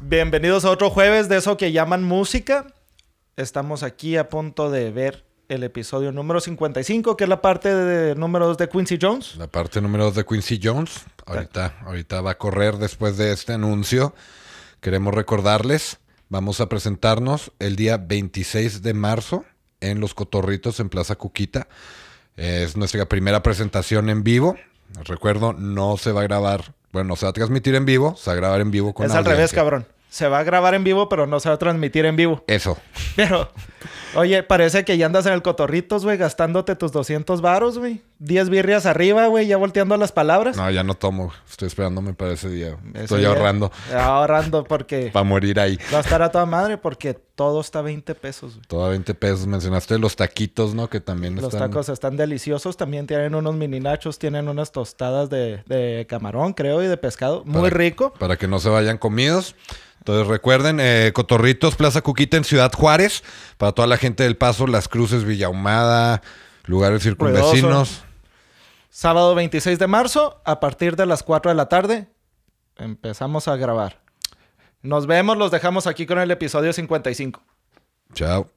Bienvenidos a otro jueves de eso que llaman música. Estamos aquí a punto de ver el episodio número 55, que es la parte de número 2 de Quincy Jones. La parte número 2 de Quincy Jones. Ahorita, ahorita va a correr después de este anuncio. Queremos recordarles, vamos a presentarnos el día 26 de marzo en Los Cotorritos, en Plaza Cuquita. Es nuestra primera presentación en vivo. Les recuerdo, no se va a grabar, bueno, se va a transmitir en vivo, se va a grabar en vivo con es la al revés, audiencia. cabrón. Se va a grabar en vivo, pero no se va a transmitir en vivo. Eso. Pero, oye, parece que ya andas en el cotorritos, güey, gastándote tus 200 varos, güey. 10 birrias arriba, güey, ya volteando las palabras. No, ya no tomo. Estoy esperándome para ese día. Eso Estoy ya- ahorrando Ahorrando porque para morir ahí. va a estar a toda madre porque todo está a 20 pesos, güey. Toda 20 pesos. Mencionaste los taquitos, ¿no? Que también Los están... tacos están deliciosos. También tienen unos mini nachos, tienen unas tostadas de, de camarón, creo, y de pescado. Muy Para- rico. Para que no se vayan comidos. Entonces recuerden, eh, Cotorritos, Plaza Cuquita en Ciudad Juárez. Para toda la gente del Paso, Las Cruces, Villahumada, lugares circunvecinos. Sábado 26 de marzo, a partir de las 4 de la tarde, empezamos a grabar. Nos vemos, los dejamos aquí con el episodio 55. Chao.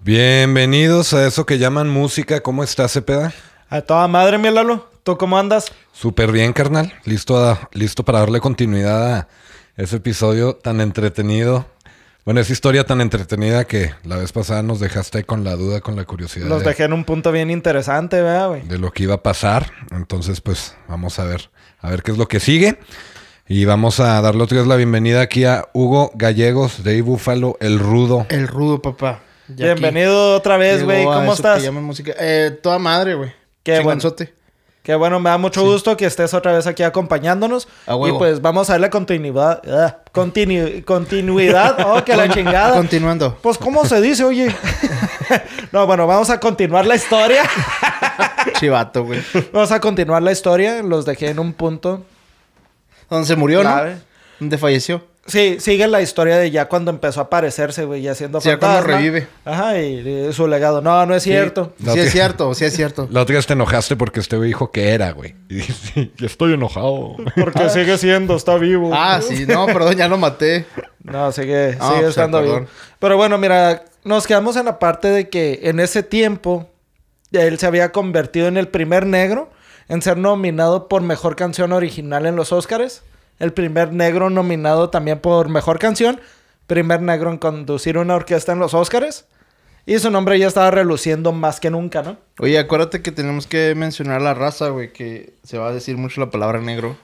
Bienvenidos a eso que llaman música. ¿Cómo estás, Cepeda? A toda madre, mi Lalo. ¿Tú cómo andas? Súper bien, carnal. Listo, a- listo para darle continuidad a ese episodio tan entretenido. Bueno, esa historia tan entretenida que la vez pasada nos dejaste ahí con la duda, con la curiosidad Los de, dejé en un punto bien interesante, ¿verdad, güey? de lo que iba a pasar. Entonces, pues vamos a ver, a ver qué es lo que sigue. Y vamos a darle otra vez la bienvenida aquí a Hugo Gallegos, Dave Búfalo, El Rudo. El rudo, papá. Ya aquí Bienvenido otra vez, llegó güey. a ¿Cómo eso que estás? llaman música. Eh, toda madre, güey. Qué bueno. Chingonzote. Qué bueno, me da mucho gusto que estés otra vez aquí acompañándonos. A huevo. Y pues vamos a darle continuidad. ah, continu- continuidad. Oh, que la chingada. Continuando. Pues, ¿cómo se dice, oye? no, bueno, vamos a continuar la historia. Chivato, güey. Vamos a continuar la historia. Los dejé en un punto. Donde se murió, Clave. ¿no? Donde falleció. Sí, sigue la historia de ya cuando empezó a aparecerse, güey, ya siendo Sí, ya fantasma. cuando revive. Ajá, y, y su legado. No, no es cierto. Sí, No, sí tío. es cierto, sí es cierto. La otra vez te enojaste porque este güey dijo que era, güey. Y sí, yo estoy enojado. Porque sigue siendo, está vivo. Ah, sí, no, perdón, ya lo maté. No, sigue, Ah, sigue pues, estando perdón. bien. Pero bueno, mira, nos quedamos en la parte de que en ese tiempo ya él se había convertido en el primer negro en ser nominado por mejor canción original en los Óscares. El primer negro nominado también por mejor canción. Primer negro en conducir una orquesta en los Óscares. Y su nombre ya estaba reluciendo más que nunca, ¿no? Oye, acuérdate que tenemos que mencionar la raza, güey, que se va a decir mucho la palabra negro.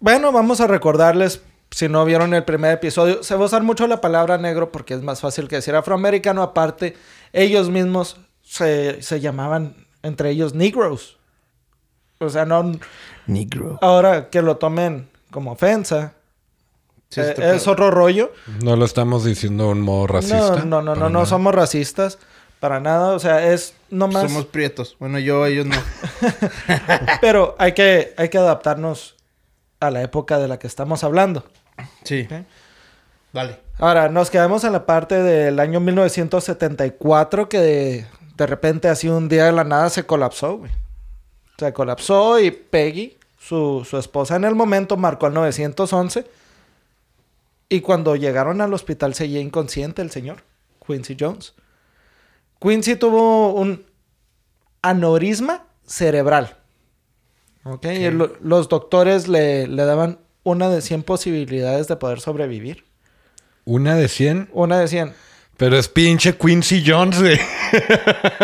Bueno, vamos a recordarles, si no vieron el primer episodio, se va a usar mucho la palabra negro porque es más fácil que decir afroamericano. Aparte, ellos mismos se, se llamaban entre ellos negros. O sea, no. Negro. Ahora que lo tomen como ofensa, Sí, eh, este está es claro. otro rollo. No lo estamos diciendo de un modo racista. no, no, no, para no, no nada. somos racistas para nada. O sea, es nomás. Somos prietos. Bueno, yo, ellos no. Pero hay que, hay que adaptarnos a la época de la que estamos hablando. Sí. Ok. Dale. Ahora, nos quedamos en la parte del año 1974 que de, de repente así un día de la nada se colapsó, güey. Se colapsó y Peggy, su, su esposa en el momento, marcó al 911. Y cuando llegaron al hospital seguía inconsciente el señor, Quincy Jones. Quincy tuvo un aneurisma cerebral. Ok, y lo- los doctores le, le daban una de 100 posibilidades de poder sobrevivir. Una de 100. Una de 100. Pero es pinche Quincy Jones, güey.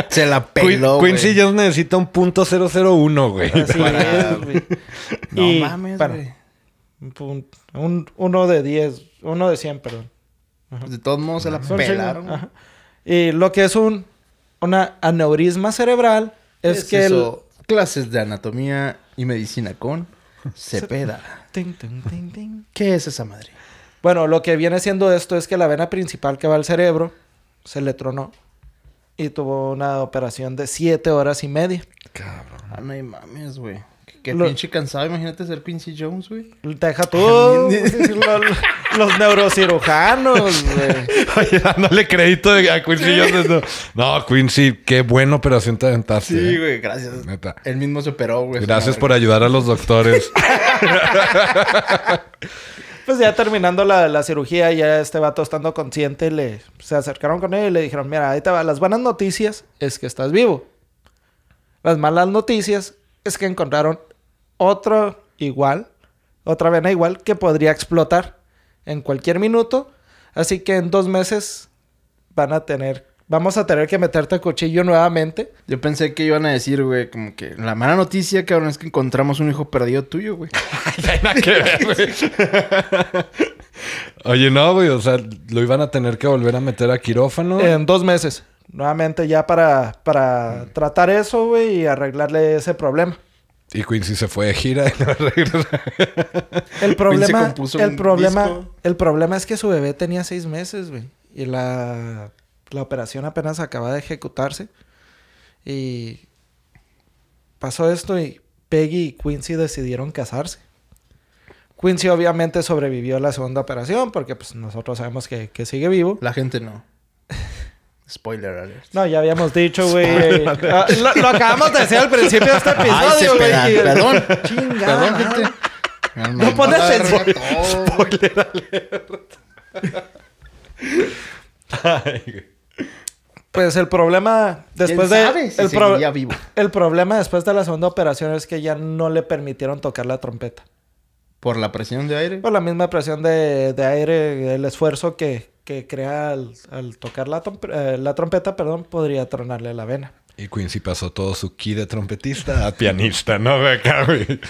Se la peló, Quin- güey. Quincy Jones necesita un punto 001, güey. Así Para- es, güey. No Y, mames, bueno, güey. un- un- uno de 10, uno de 100, perdón. De todos modos, se la Son pelaron. chingo- ajá. Y lo que es un una aneurisma cerebral es que el- eso, clases de anatomía y medicina con Cepeda. Tin, tin, tin, tin. ¿Qué es esa madre? Bueno, lo que viene siendo esto es que la vena principal que va al cerebro se le tronó y tuvo una operación de 7 horas y media. Cabrón. Ah, no hay mames, güey. Qué, qué Lo- pinche cansado, imagínate ser Quincy Jones, güey. Deja tú. También- lo- los neurocirujanos, güey. Oye, dándole crédito de- a Quincy Jones. No. No, Quincy, qué buena operación te aventaste. Sí, eh. güey, Pues gracias. Neta. Él mismo se operó, güey. Gracias Una por ayudar a los doctores. Pues ya terminando la, la cirugía, ya este vato estando consciente, le, se acercaron con él y le dijeron, mira, ahí te va. Las buenas noticias es que estás vivo. Las malas noticias es que encontraron otro igual, otra vena igual, que podría explotar en cualquier minuto. Así que en dos meses van a tener, vamos a tener que meterte el cuchillo nuevamente. Yo pensé que iban a decir, güey, como que la mala noticia, cabrón, es que encontramos un hijo perdido tuyo, güey. Ya hay nada que ver, güey. Oye, no, güey. O sea, lo iban a tener que volver a meter a quirófano. Em. En dos meses. Nuevamente ya para, para tratar eso, güey, y arreglarle ese problema. Y Quincy se fue de gira y no regresa. El problema, compuso el un problema, disco. el problema es que su bebé tenía seis meses, güey. Y la, la operación apenas acaba de ejecutarse. Y pasó esto y Peggy y Quincy decidieron casarse. Quincy obviamente sobrevivió a la segunda operación porque pues nosotros sabemos que, que sigue vivo. La gente no. Spoiler alert. No, ya habíamos dicho, güey. Ah, lo, lo acabamos de decir al principio de este Ay, se episodio, pedan, güey. y- perdón. Chingada. Perdón, gente. No pones Vamos a el- darle a todo, güey. Pues el problema después ¿Quién de sabe si el, pro- seguiría vivo? el problema después de la segunda operación es que ya no le permitieron tocar la trompeta. Por la presión de aire. Por la misma presión de, de aire, el esfuerzo que, que crea al, al tocar la, trom- eh, la trompeta, perdón, podría tronarle la vena. Y Quincy pasó todo su ki de trompetista a pianista, ¿no? güey? Acá, güey.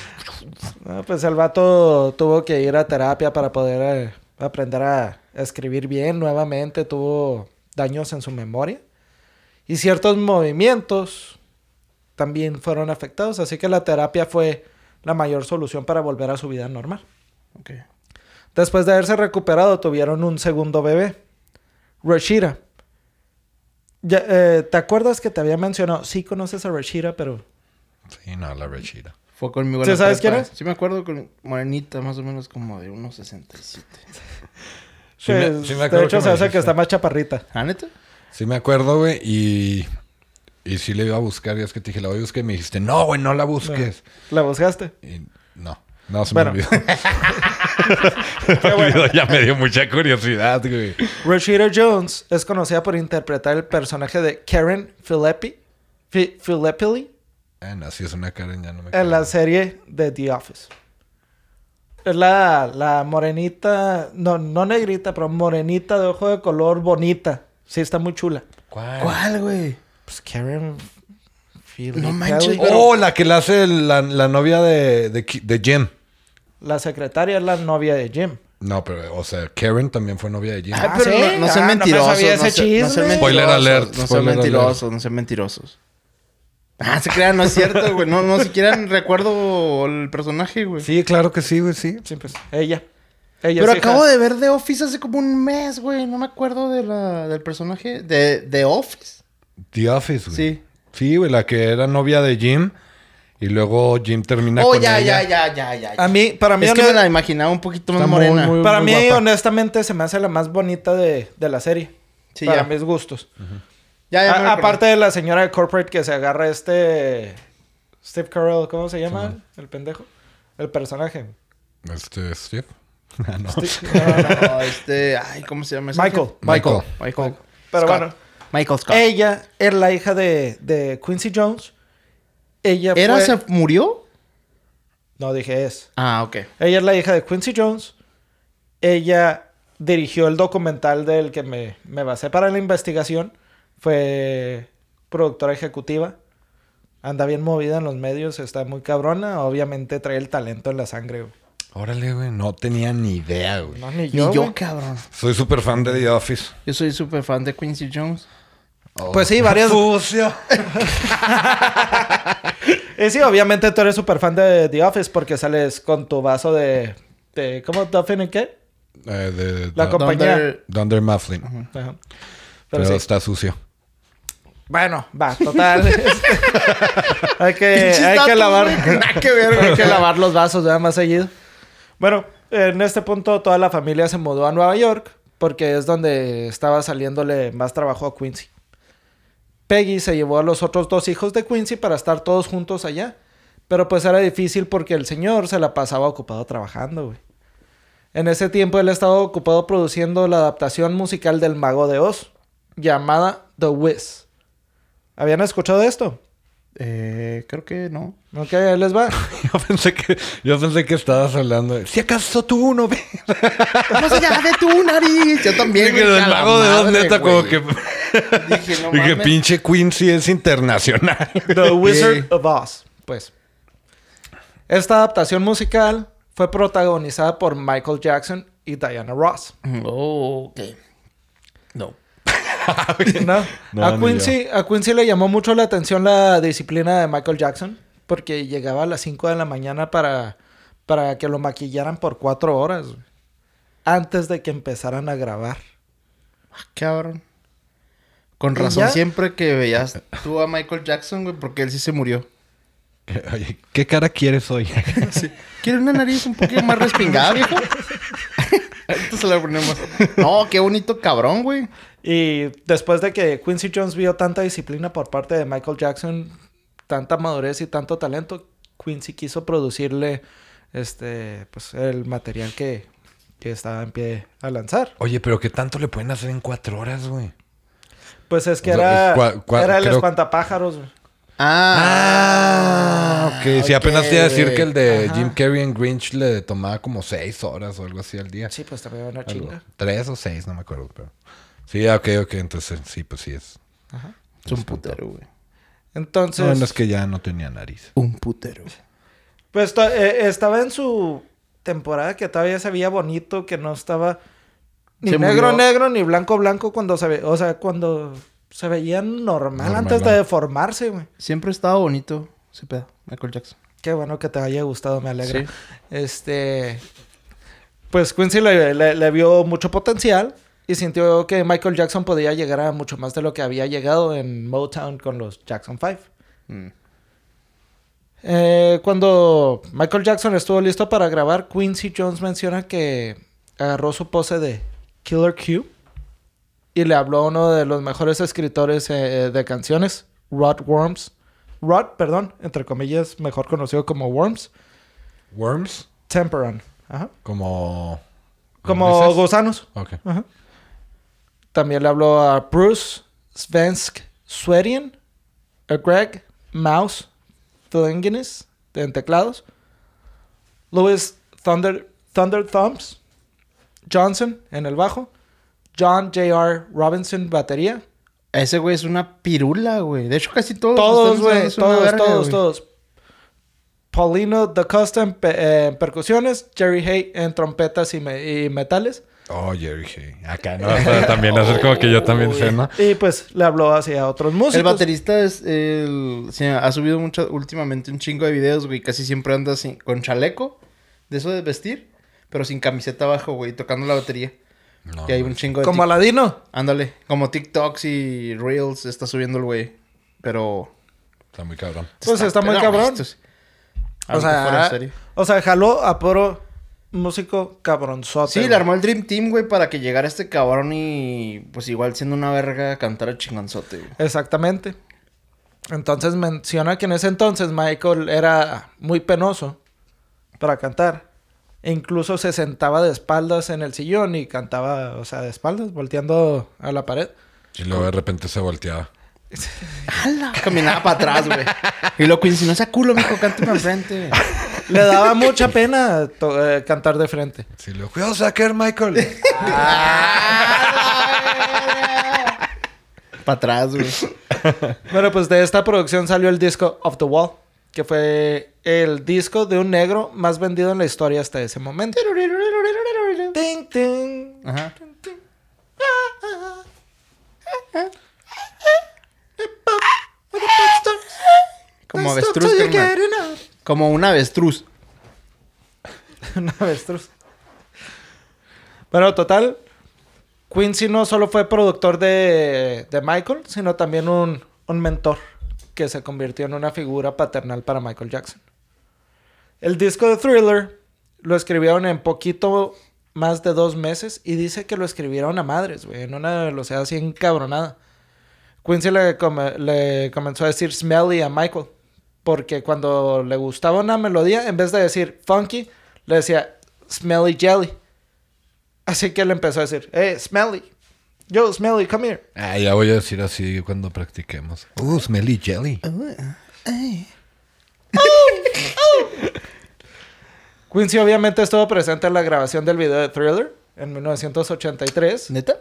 No, pues el vato tuvo que ir a terapia para poder eh, aprender a escribir bien nuevamente. Tuvo daños en su memoria. Y ciertos movimientos también fueron afectados. Así que la terapia fue la mayor solución para volver a su vida normal. Ok. Después de haberse recuperado, tuvieron un segundo bebé, Rashida. Ya, eh, ¿Te acuerdas que te había mencionado? Sí, conoces a Rashida, pero Sí, no, la rechida. Fue conmigo. a ¿Sí la sabes prepa. quién es? Sí, me acuerdo con Morenita, más o menos como de 1.67. Sí me- pues, sí me de acuerdo hecho que se me hace que dijiste. está más chaparrita. ¿Ah, neta? Sí me acuerdo, güey, y... Y sí le iba a buscar, y es que te dije, la voy a buscar, y me dijiste, no, güey, no la busques. ¿La buscaste? Y no, no, se Bueno. me olvidó. Se me olvidó, ya me dio mucha curiosidad, güey. Rashida Jones es conocida por interpretar el personaje de Karen Filippi, Fi- Filippelli Ah, no, sí es una Karen, ya no me acuerdo. en la serie de The Office. Es la, la morenita, no, no negrita, pero morenita de ojo de color bonita. Sí, está muy chula. ¿Cuál? ¿Cuál, güey? Pues Karen Filippi. manches, güey. Oh, la que la hace la, la novia de, de, Ki- de Jim. La secretaria es la novia de Jim. No, pero, o sea, Karen también fue novia de Jim. Ah, Ay, pero ¿sí? no, no Ah, no sean me mentirosos. sabía ese sean- no chisme. sean Spoiler mentirosos, alert, No sean spoiler mentirosos, no sean mentirosos. Ah, se crean, no es cierto, güey. No, no siquiera recuerdo el personaje, güey. Sí, claro que sí, güey, sí. Sí, pues, ella. Ella Pero es hija- acabo de ver The Office hace como un mes, güey. No me acuerdo de la, del personaje. ¿De The Office? The Office, güey. Sí. Sí, güey, la que era novia de Jim. Y luego Jim termina Oh, con ya, ella. ya, ya, ya, ya. A mí, para mí, es que hone- me la imaginaba un poquito más Está muy, morena. muy- para mí guapa. honestamente, se me hace la más bonita de, de la serie. Sí, para ya. mis gustos. Ya, ya A- me acordé. aparte de la señora de corporate que se agarra este Steve Carell, ¿cómo se llama? El pendejo. El personaje. Este, Steve. Ah, no. No, no, este... Ay, ¿cómo se llama? ese? Michael. Michael. Michael. Pero Scott. bueno. Michael Scott. Ella es la hija de, de Quincy Jones. Ella ¿Era fue- se murió? No, dije es. Ah, ok. Ella es la hija de Quincy Jones. Ella dirigió el documental del que me, me basé para la investigación. Fue productora ejecutiva. Anda bien movida en los medios, está muy cabrona. Obviamente trae el talento en la sangre. güey. Órale, güey. No tenía ni idea, güey. No, ni Y yo. yo, güey. cabrón. Soy súper fan de The Office. Yo soy súper fan de Quincy Jones. Pues sí, varias. Sucio. Eh, sí, obviamente tú eres súper fan de The Office porque sales con tu vaso de. de ¿Cómo? ¿Duffin and qué? Eh, de, La compa- Dun- Compañía. Thunder- Dunder Mifflin. Ajá. Pero, Pero sí. está sucio. Bueno, va, total. Este, hay que, Pinches hay que datos, lavar. güey, que que ver, hay que lavar los vasos ya más seguido. Bueno, En este punto toda la familia se mudó a Nueva York porque es donde estaba saliéndole más trabajo a Quincy. Peggy se llevó a los otros dos hijos de Quincy para estar todos juntos allá. Pero pues era difícil porque el señor se la pasaba ocupado trabajando, güey. En ese tiempo él estaba ocupado produciendo la adaptación musical del Mago de Oz, llamada The Wiz. ¿Habían escuchado esto? Eh, creo que no. Ok, ahí les va. Yo pensé que, yo pensé que estabas hablando de, Si acaso tú no ves. Vamos allá de tu nariz. Yo también. que güey, a el la mago de Oz, madre, neta, como güey. que. Dije, no Dije, mames. pinche Quincy es internacional. The Wizard of Oz, pues. Esta adaptación musical fue protagonizada por Michael Jackson y Diana Ross. Oh, ok. No. ¿no? No, a, ni Quincy, a Quincy le llamó mucho la atención la disciplina de Michael Jackson porque llegaba a las 5 de la mañana para, para que lo maquillaran por 4 horas güey, antes de que empezaran a grabar. Ah, cabrón. Con ¿Y razón ya? siempre que veías tú a Michael Jackson, güey, porque él sí se murió. Oye, ¿qué cara quieres hoy? ¿Quieres una nariz un poquito más respingada, viejo? Ahorita se la ponemos. No, qué bonito cabrón, güey. Y después de que Quincy Jones vio tanta disciplina por parte de Michael Jackson, tanta madurez y tanto talento, Quincy quiso producirle este pues el material que, que estaba en pie a lanzar. Oye, pero ¿qué tanto le pueden hacer en cuatro horas, güey? Pues es que O sea, era, cua- cua- era el creo- espantapájaros. güey. Ah. Ah, ok. Sí, apenas te iba a decir ok. que el de Ajá. Jim Carrey en Grinch le tomaba como seis horas o algo así al día. Sí, pues también una Algo. chinga. Tres o seis, no me acuerdo, pero. Sí, ah, ok, ok. Entonces, sí, pues sí es. Es un putero, güey. Entonces, No, no es que ya no tenía nariz. Un putero. pues to- eh, estaba en su temporada que todavía se veía bonito, que no estaba ni Se negro murió. negro ni blanco blanco cuando se ve, o sea, cuando se veía normal, Normal, antes de ¿no? deformarse, güey. Siempre estaba bonito ese pedo, Michael Jackson. Qué bueno que te haya gustado, me alegra. Sí. Este. Pues Quincy le, le- le vio mucho potencial y sintió que Michael Jackson podía llegar a mucho más de lo que había llegado en Motown con los Jackson 5. Mm. Eh, cuando Michael Jackson estuvo listo para grabar, Quincy Jones menciona que agarró su pose de Killer Q y le habló a uno de los mejores escritores eh, de canciones, Rod Worms. Rod, perdón, entre comillas, mejor conocido como Worms. ¿Worms? Temperan. Ajá. Como. Como ¿Dices? gusanos. Ok. Ajá. También le habló a Bruce, Svensk, Swedian, a Greg, Mouse, Felinginis, en teclados, Louis Thunder, Thunder Thumbs, Johnson en el bajo, John J.R. Robinson, batería. Ese güey es una pirula, güey. De hecho, casi todos. Todos, están güey, usando esa todos, pues verga, todos, güey. todos. Paulino The Custom pe- eh, en percusiones, Jerry Hay en trompetas y, me- y metales. Oh, Jerry Hey. Acá no. o sea, también hacer como que yo también sé, ¿no? Y pues le habló hacia otros músicos. El baterista es el... se ha subido mucho, últimamente un chingo de videos, güey. Casi siempre anda sin- con chaleco, de eso de vestir, pero sin camiseta abajo, güey, tocando la batería. No, que hay un chingo de... Como tic- Aladino. Ándale, como TikToks y Reels está subiendo el güey. Pero... Está muy cabrón. Pues está muy pero, cabrón. güey, esto es- O algo fuera de sea, serie. o sea, jaló a puro músico cabronzote. Sí, güey. le armó el Dream Team, güey, para que llegara este cabrón y... Pues igual siendo una verga, cantara chingonzote, güey. Exactamente. Entonces menciona que en ese entonces Michael era muy penoso para cantar. E incluso se sentaba de espaldas en el sillón y cantaba, o sea, de espaldas, volteando a la pared. Y luego de repente se volteaba. Caminaba para atrás, güey. Y lo Quincy, no sea culo, mijo, cántame enfrente. güey. Le daba mucha pena to- eh, cantar de frente. Sí, luego, cuidado, sacar Michael. Para atrás, güey. Bueno, pues de esta producción salió el disco Off the Wall, que fue el disco de un negro más vendido en la historia hasta ese momento. Ting, ting. Ajá. Como avestruz, carnal. Como un avestruz. Un avestruz. Bueno, total. Quincy no solo fue productor de, de Michael, sino también un, un mentor que se convirtió en una figura paternal para Michael Jackson. El disco de Thriller Lo escribieron en poquito más de dos meses y dice que lo escribieron a madres, güey, en una velocidad así encabronada. Quincy le, come- le comenzó a decir Smelly a Michael, porque cuando le gustaba una melodía, en vez de decir funky, le decía Smelly Jelly. Así que le empezó a decir, hey, Smelly, yo, Smelly, come here. Ah, ya voy a decir así cuando practiquemos. Uh, smelly jelly. Quincy obviamente estuvo presente en la grabación del video de Thriller en 1983 ¿Neta?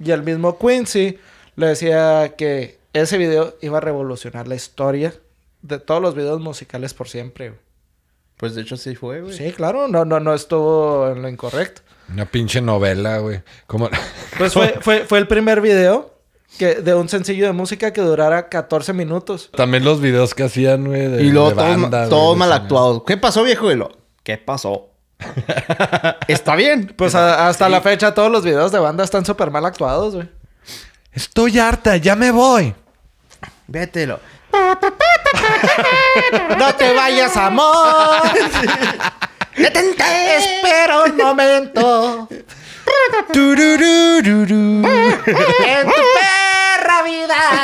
y el mismo Quincy le decía que ese video iba a revolucionar la historia de todos los videos musicales por siempre. güey. Pues de hecho sí fue, güey. Sí, claro, no, no, no estuvo en lo incorrecto. Una pinche novela, güey. Como... Pues fue, fue, fue el primer video que, de un sencillo de música que durara 14 minutos. También los videos que hacían, güey, de, Y luego de todos ma- banda, güey, todos de mal escenas. actuados. ¿Qué pasó, viejo? Y lo, ¿Qué pasó? Está bien. Pues a- hasta la fecha todos los videos de banda están súper mal actuados, güey. Estoy harta, ya me voy. Vételo. ¡No te vayas, amor! ¡Detente! Espera un momento. Tururururu. En tu perra vida.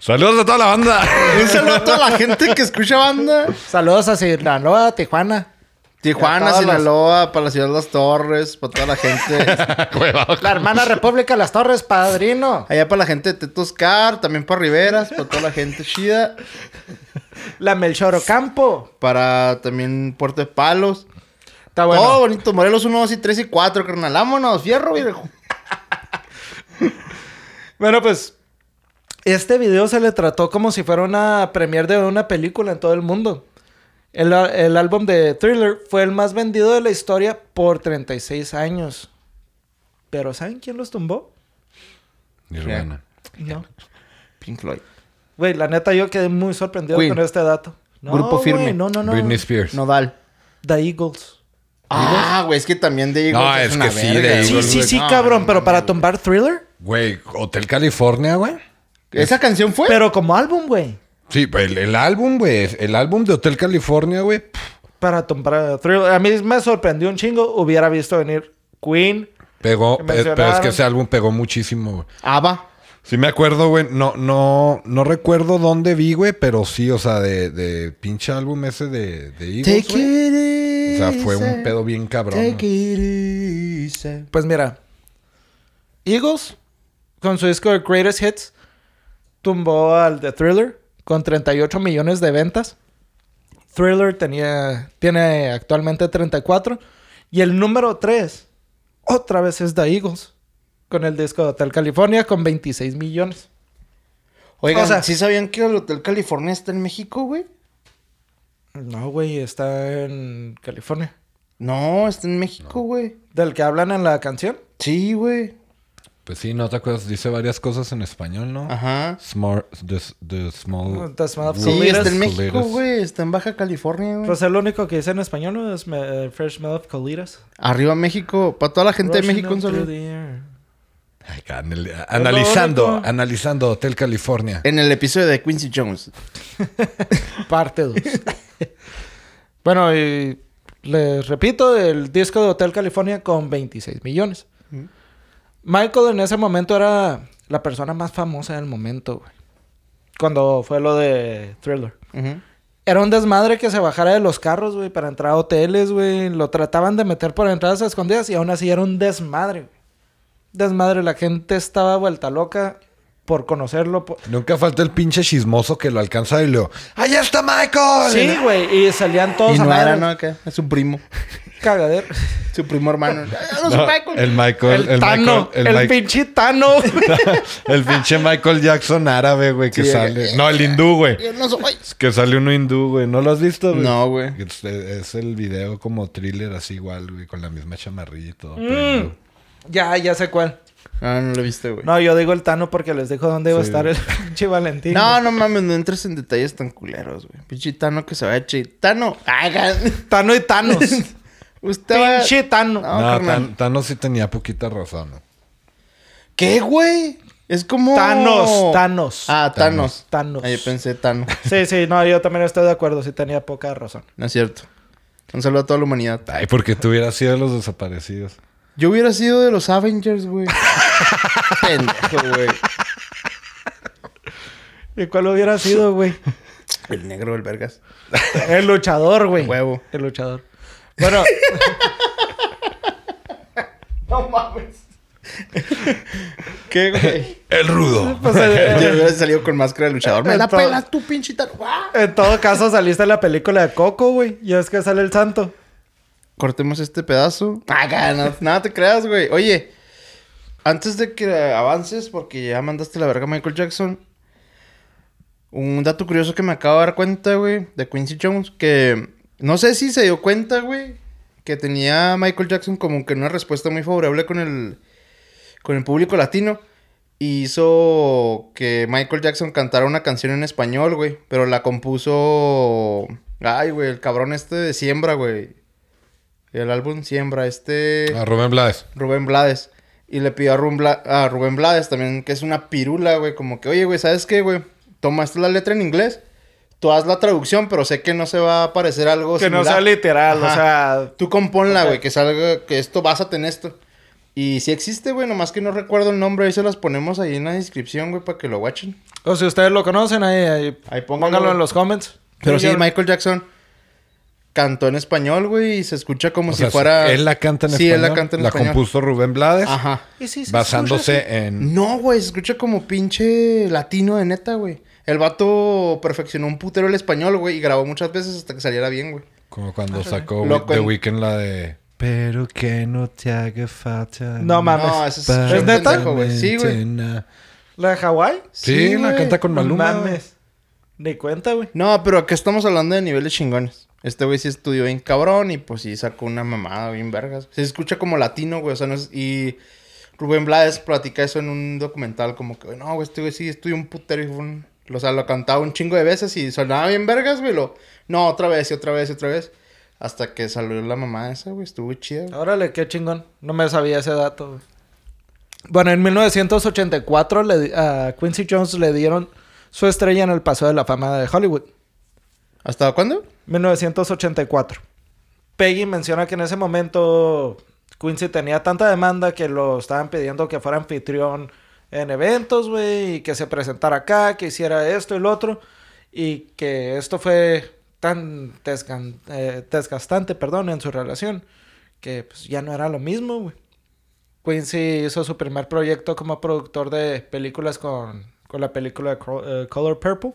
Saludos a toda la banda. Un saludo a toda la gente que escucha banda. Saludos a Sinaloa, Tijuana. Y a Tijuana, todos Sinaloa, para la ciudad de las Torres, para toda la gente. Huevado. La hermana República de las Torres, padrino. Allá para la gente de Tetoscar, también para Riveras, para toda la gente chida. La Melchor Ocampo. Para también Puerto de Palos. Está Ah, bueno. Todo bonito. Morelos 1, 2 y 3 y 4, carnal. Vámonos, fierro, viejo. Bueno, pues este video se le trató como si fuera una premiere de una película en todo el mundo. El, a- el álbum de Thriller fue el más vendido de la historia por 36 años. Pero ¿saben quién los tumbó? Nirvana. No. Pink Floyd. Güey, la neta yo quedé muy sorprendido Queen. con este dato. No, Grupo güey, Firme. no, no, no. Britney Spears. No, Nodal. The Eagles. Ah, güey, es que también de No, es que sí, de Sí, Eagles, sí, güey. sí, cabrón, pero para tumbar Thriller. Güey, Hotel California, güey. ¿Esa canción fue? Pero como álbum, güey. Sí, el, el álbum, güey. El álbum de Hotel California, güey. pff, Para tumbar Thriller. A mí me sorprendió un chingo. Hubiera visto venir Queen. Pegó. Que pe- Pero es mencionaron. que ese álbum pegó muchísimo, güey. Ava. Sí me acuerdo, güey. No, no, no recuerdo dónde vi, güey, pero sí, o sea, de, de pinche álbum ese de, de Eagles, güey. O it sea, fue un pedo bien cabrón. güey. it easy. Pues mira, Eagles, con su disco de Greatest Hits, tumbó al The Thriller con 38 millones de ventas. Thriller tenía, tiene actualmente 34. Y el número 3, otra vez es The Eagles, con el disco de Hotel California con 26 millones. Oigan, O sea- ¿sí sabían que el Hotel California está en México, güey? No, güey, está en California. No, está en México, güey. ¿Del que hablan en la canción? Sí, güey. Pues sí, no te acuerdas. Dice varias cosas en español, ¿no? Ajá. Smart, the, the small. The Small Sí, Colinas. está en Colinas. México, güey. Está en Baja California, güey. Pues el único que dice en español ¿no? es me- eh, Fresh Smell of Colitas. Arriba México. Para toda la gente de México, un saludo. Ay, anal- analizando, único. analizando Hotel California. En el episodio de Quincy Jones. Parte 2. bueno, y les repito, el disco de Hotel California con 26 millones. Michael en ese momento era la persona más famosa del momento, güey. Cuando fue lo de Thriller. Ujú. Era un desmadre que se bajara de los carros, güey, para entrar a hoteles, güey. Lo trataban de meter por entradas escondidas y aún así era un desmadre, güey. Desmadre, la gente estaba vuelta loca por conocerlo. por- Nunca falta el pinche chismoso que lo alcanza y le ¡Allá está Michael! Sí, güey, y salían todos Y a no era, madres. ¿no? Acá. Es su primo. Cagadero. Su primo hermano. Ah, no, su No, Michael. el Michael, El, el, Tano. Michael, el, el Mike- pinche Tano. el pinche Michael Jackson árabe, güey, que Sí, sale. No, el hindú, güey. Yo no soy- Es que sale uno hindú, güey. ¿No lo has visto, güey? No, güey. Es, es el video como thriller así igual, güey, con la misma chamarrilla y Mm. todo. pero hindú. ya, ya sé cuál. Ah, no lo viste, güey. No, yo digo el Tano porque les dejo dónde iba a Sí. estar el pinche Valentín. No, no mames, no entres en detalles tan culeros, güey. Pinche Tano que se vaya chitano. Hagan. Tano y Thanos. Usted va- pinche Tano. No, No, carnal. Tan- Thanos sí tenía poquita razón. güey. ¿Qué, güey? Es como. Thanos, Thanos. Ah, Thanos. Thanos. Ah, yo pensé Thanos. Sí, sí, no, yo también estoy de acuerdo. Sí tenía poca razón. No es cierto. Un saludo a toda la humanidad. Ay, porque tú hubieras sido de los desaparecidos. Yo hubiera sido de los Avengers, güey. Pendejo, güey. ¿Y cuál hubiera sido, güey? El negro, el vergas. El luchador, güey. Huevo. El luchador. Bueno, No mames. ¿Qué, güey? El rudo. pues, eh, Yo hubiera salido con máscara de luchador. Me la Entonces- pelas tú, pinche tal. en todo caso saliste en la película de Coco, güey. Y es que sale el santo. Cortemos este pedazo. Acá, no, no te creas, güey. Oye, antes de que eh, avances, porque ya mandaste la verga a Michael Jackson. Un dato curioso que me acabo de dar cuenta, güey, de Quincy Jones, que no sé si se dio cuenta, güey, que tenía Michael Jackson como que una respuesta muy favorable con el, con el público latino. Y hizo que Michael Jackson cantara una canción en español, güey, pero la compuso... Ay, güey, el cabrón este de Siembra, güey. El álbum Siembra, este... A Ah, Rubén Blades. Rubén Blades. Y le pidió a, Rubén Bla- a Rubén Blades también, que es una pirula, güey. Como que, oye, güey, ¿sabes qué, güey? Tomaste la letra en inglés. Tú haz la traducción, pero sé que no se va a parecer algo Que no similar. sea literal, Ajá. o sea... Tú componla, güey, que salga, que esto, básate en esto. Y si existe, güey, nomás que no recuerdo el nombre, ahí se las ponemos ahí en la descripción, güey, para que lo watchen. O si ustedes lo conocen, ahí, ahí, Ahí pónganlo. pónganlo en los comments. Pero sí, yo- Michael Jackson cantó en español, güey, y se escucha como O si sea, fuera... él la canta en sí, español. él la canta en español. compuso Rubén Blades. Ajá. Y sí, sí, basándose sí, en. No, güey, se escucha como pinche latino de neta, güey. El vato perfeccionó un putero el español, güey, y grabó muchas veces hasta que saliera bien, güey. Como cuando sacó Loco The en- Weeknd la de. Pero que no te haga falta. No mames. No, ese es, ¿Es neta? pendejo, güey. Sí, güey. na- sí. ¿La de Hawái? Sí, Sí, la güey. canta con No Maluma. mames. Ni cuenta, güey. No, pero acá estamos hablando de niveles chingones. Este güey sí estudió bien cabrón y pues sí sacó una mamada bien vergas. Se escucha como latino, güey, o sea, no es... Y Rubén Blades platica eso en un documental como que, no, güey, este güey sí estudió un putero y fue un... O sea, lo cantaba un chingo de veces y sonaba bien vergas, güey. Lo... No, otra vez y otra vez y otra vez. Hasta que salió la mamada esa, güey. Estuvo chida, güey. Órale, qué chingón. No me sabía ese dato, güey. Bueno, en 1984 le di- a Quincy Jones le dieron su estrella en el Paseo de la Fama de Hollywood. ¿Hasta cuándo? 1984. Peggy menciona que en ese momento Quincy tenía tanta demanda que lo estaban pidiendo que fuera anfitrión en eventos, güey, y que se presentara acá, que hiciera esto y lo otro, y que esto fue tan desgan- eh, desgastante, perdón, en su relación, que pues, ya no era lo mismo, güey. Quincy hizo su primer proyecto como productor de películas con, con la película Cro- eh, Color Purple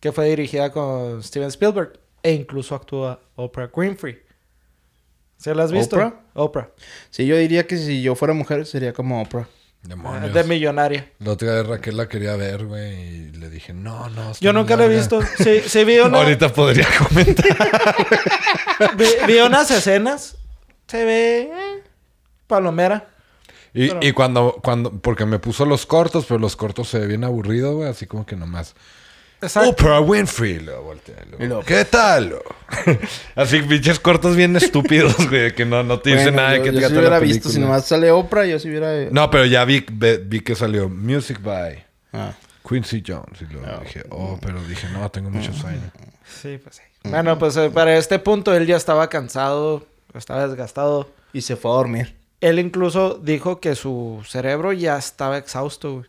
que fue dirigida con Steven Spielberg e incluso actúa Oprah Winfrey. ¿Se la has visto? ¿Oprah? Oprah. Sí, yo diría que si yo fuera mujer sería como Oprah. Demonios. Eh, De millonaria. La otra vez Raquel la quería ver, güey, y le dije, no, no. está Yo muy nunca la he larga". visto. Sí, sí vi, una- Ahorita podría comentar. vi, vi unas escenas. Se ve eh, palomera. Y, Pero- y cuando, cuando, porque me puso los cortos, pero los cortos se ve bien aburrido, güey, así como que nomás. Exacto. Oprah Winfrey, lo voltea. lo- Y lo- ¿Qué tal? lo? así pinches cortos bien estúpidos, güey, que no, no te dice Bueno, nada de yo, que yo te si la hubiera visto, si película. nomás sale Oprah, yo si hubiera... No, pero ya vi, ve- vi que salió Music by Ah. Quincy Jones. Y luego dije, oh, pero dije, no, tengo Mm. mucho sueño. Sí, pues sí. Bueno, pues eh, para este punto él ya estaba cansado, estaba desgastado. Y se fue a dormir. Él incluso dijo que su cerebro ya estaba exhausto, güey.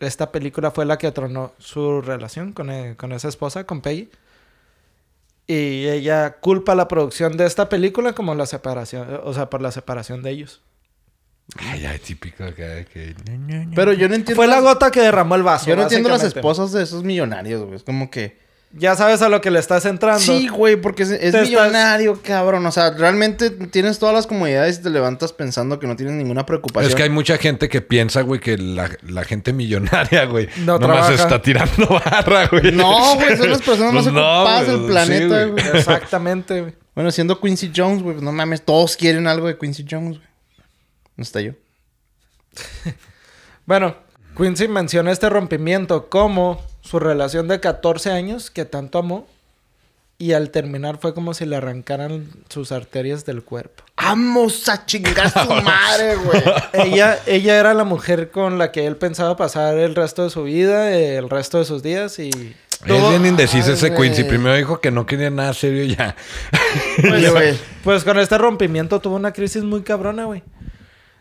Esta película fue la que tronó su relación con, eh, con esa esposa, con Peggy. Y ella culpa la producción de esta película como la separación, o sea, por la separación de ellos. Ay, ay, típico acá que. Pero yo no entiendo... Fue la las- gota que derramó el vaso. Yo no entiendo las básicamente. esposas de esos millonarios, güey. Es como que... Ya sabes a lo que le estás entrando. Sí, güey, porque es, es Te estás- millonario, cabrón. O sea, realmente tienes todas las comodidades y te levantas pensando que no tienes ninguna preocupación. Es que hay mucha gente que piensa, güey, que la, la gente millonaria, güey, No nomás trabaja. está tirando barra, güey. No, güey, son las personas más Pues no, ocupadas güey, del planeta, sí, güey. güey. Exactamente, güey. Bueno, siendo Quincy Jones, güey, pues no mames, todos quieren algo de Quincy Jones, güey. No está yo. Bueno, Quincy menciona este rompimiento como su relación de 14 años que tanto amó Y al terminar fue como si le arrancaran sus arterias del cuerpo. Vamos a chingar a su madre, güey. Ella, ella era la mujer con la que él pensaba pasar el resto de su vida, el resto de sus días y... Es bien indeciso Ay, ese Quincy. güey. Primero dijo que no quería nada serio y ya. Pues, güey. Pues con este rompimiento tuvo una crisis muy cabrona, güey.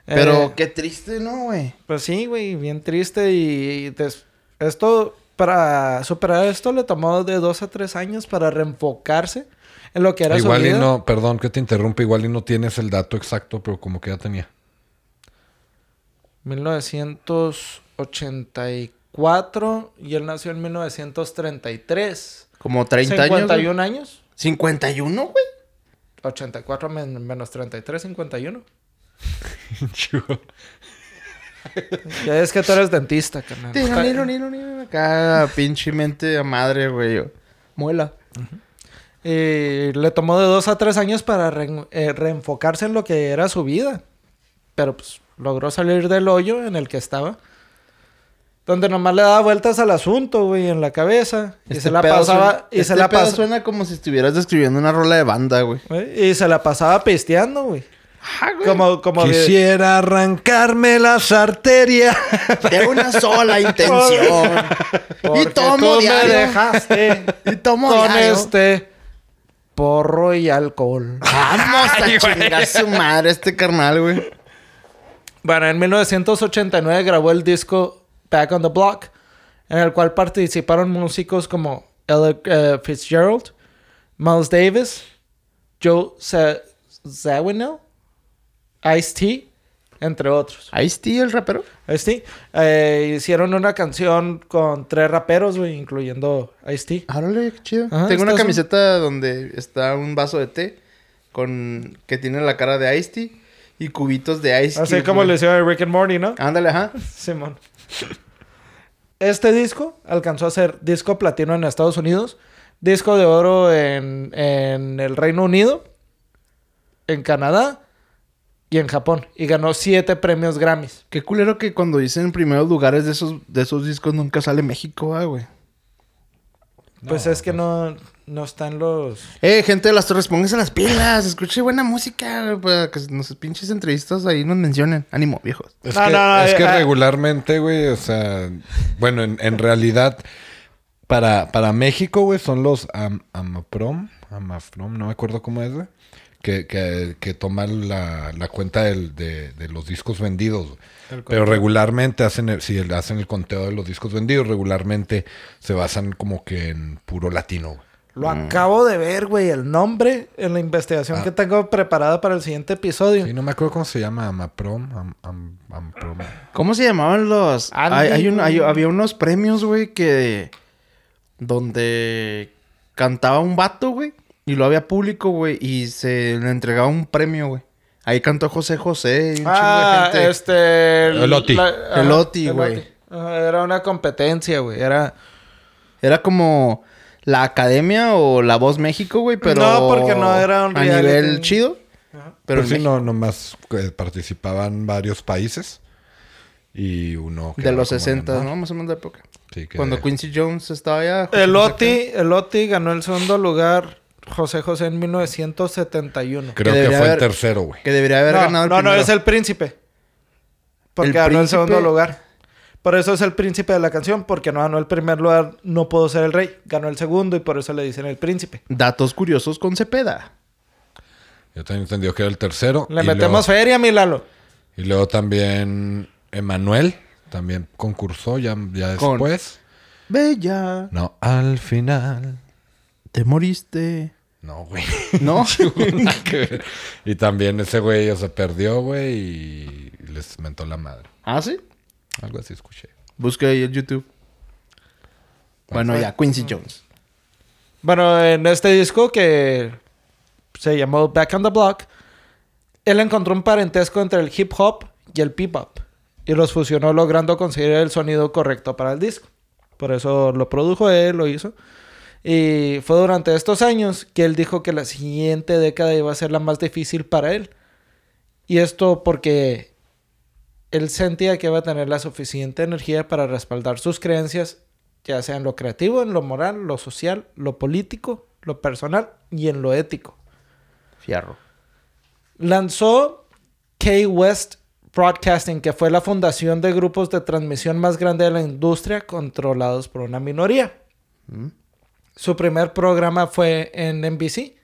Pero Eh, qué triste, ¿no, güey? Pues sí, güey, bien triste y des- esto, para superar esto le tomó de dos a tres años para reenfocarse en lo que era su Ah, Igual y vida. no, perdón que te interrumpa, igual y no tienes el dato exacto, pero como que ya tenía. 1984 y él nació en 1933. Como 30 años. 51 años. güey. ¿51, güey? Ah, 84 men- menos 33, 51. Ya es que tú eres dentista, carnal. Tiro, niro, niro, niro. Acá, pinche mente a madre, güey. yo. Muela. Y Eh, le tomó de dos a tres años para re- eh, reenfocarse en lo que era su vida. Pero pues logró salir del hoyo en el que estaba. Donde nomás le daba vueltas al asunto, güey, en la cabeza. Y se la Este pedo pasaba. suena- y, este se la pedo pas- suena como si estuvieras describiendo una rola de banda, güey. güey, y se la pasaba pisteando, güey. Ah, güey. Como, como de- Quisiera arrancarme las arterias. De una sola intención. y Porque tomo tú me diario. dejaste Y tomo con diario. este porro y alcohol. Vamos a chingar su madre este carnal, güey. Bueno, en 1989 grabó el disco Back on the Block, en el cual participaron músicos como Ella eh, Fitzgerald, Miles Davis, Joe Za- Zawinul, Ice-T, entre otros. Ahí está el rapero. Ice-T. eh, hicieron una canción con tres raperos, güey, incluyendo Ice-T. Árale, qué chido. Ajá, Tengo una está su- camiseta donde está un vaso de té con que tiene la cara de Ice Tea y cubitos de Ice Así Cube, como güey. le hicieron a Rick and Morty, ¿no? Ándale, ajá. Simón. Este disco alcanzó a ser disco platino en Estados Unidos, disco de oro en, en el Reino Unido, en Canadá y en Japón. Y ganó siete premios Grammys. Qué culero que cuando dicen primeros lugares de esos, de esos discos nunca sale México, ah, güey. Pues es que no, no están los... Eh, gente de las torres, pónganse las pilas, escuche buena música, güey, para que nos pinches entrevistas ahí nos mencionen. Ánimo, viejos. Es No, que, no, no, es eh, que eh. regularmente, güey, o sea, bueno, en, en realidad, para, para México, güey, son los am- Amaprom, Amafrom, no me acuerdo cómo es, güey, que, que, que toman la, la cuenta del- de, de los discos vendidos. güey. Pero regularmente hacen el, si hacen el conteo de los discos vendidos, regularmente se basan como que en puro latino, güey. Lo Mm. acabo de ver, güey, el nombre en la Ah. investigación que tengo preparada para el siguiente episodio. Sí, no me acuerdo cómo se llama, Amaprom, Am- Am- Amprom. ¿Cómo se llamaban los? Andy, Hay, hay un- hay- güey. había unos premios, güey, que. Donde cantaba un vato, güey. Y lo había público, güey. Y se le entregaba un premio, güey. Ahí cantó José José y un Ah, chingo de gente. este... El Oti. ajá, El Oti, el güey. Oti. Ajá, Era una competencia, güey. Era... Era como la academia o la voz México, güey, pero. No, porque no era un A reality. nivel chido. Pero Pero en Pues sí, México- no, nomás eh, participaban varios países y uno... de quedaba los como 60, ganador. ¿no? Más o menos de la época. Sí, que- Cuando Quincy Jones estaba allá. José El José Oti, el Oti ganó el segundo lugar José José en 1971. Creo que que, debería fue el haber- tercero, güey. Que debería haber no, ganado el no, no, primero. es el príncipe. Porque ¿El ganó el príncipe? segundo lugar. Por eso es el príncipe de la canción, porque no ganó el primer lugar, no puedo ser el rey. Ganó el segundo y por eso le dicen el príncipe. Datos curiosos con Cepeda. Yo también entendí que era el tercero. Le y metemos luego, feria, mi Lalo. Y luego también Emanuel también concursó ya, ya Con- después. Bella, No, al final. te moriste. No, güey. ¿No? Nada que ver. y también ese güey, o sea, perdió, güey, y les mentó la madre. ¿Ah, sí? Algo así escuché. Busca ahí en YouTube. Bueno, ya, Quincy Jones. Bueno, en este disco que se llamó Back on the Block, él encontró un parentesco entre el hip hop y el bebop y los fusionó logrando conseguir el sonido correcto para el disco. Por eso lo produjo él, lo hizo. Y fue durante estos años que él dijo que la siguiente década iba a ser la más difícil para él. Y esto porque él sentía que iba a tener la suficiente energía para respaldar sus creencias, ya sea en lo creativo, en lo moral, lo social, lo político, lo personal y en lo ético. Fierro. Lanzó K-West Broadcasting, que fue la fundación de grupos de transmisión más grande de la industria controlados por una minoría. ¿Mm? Su primer programa fue en NBC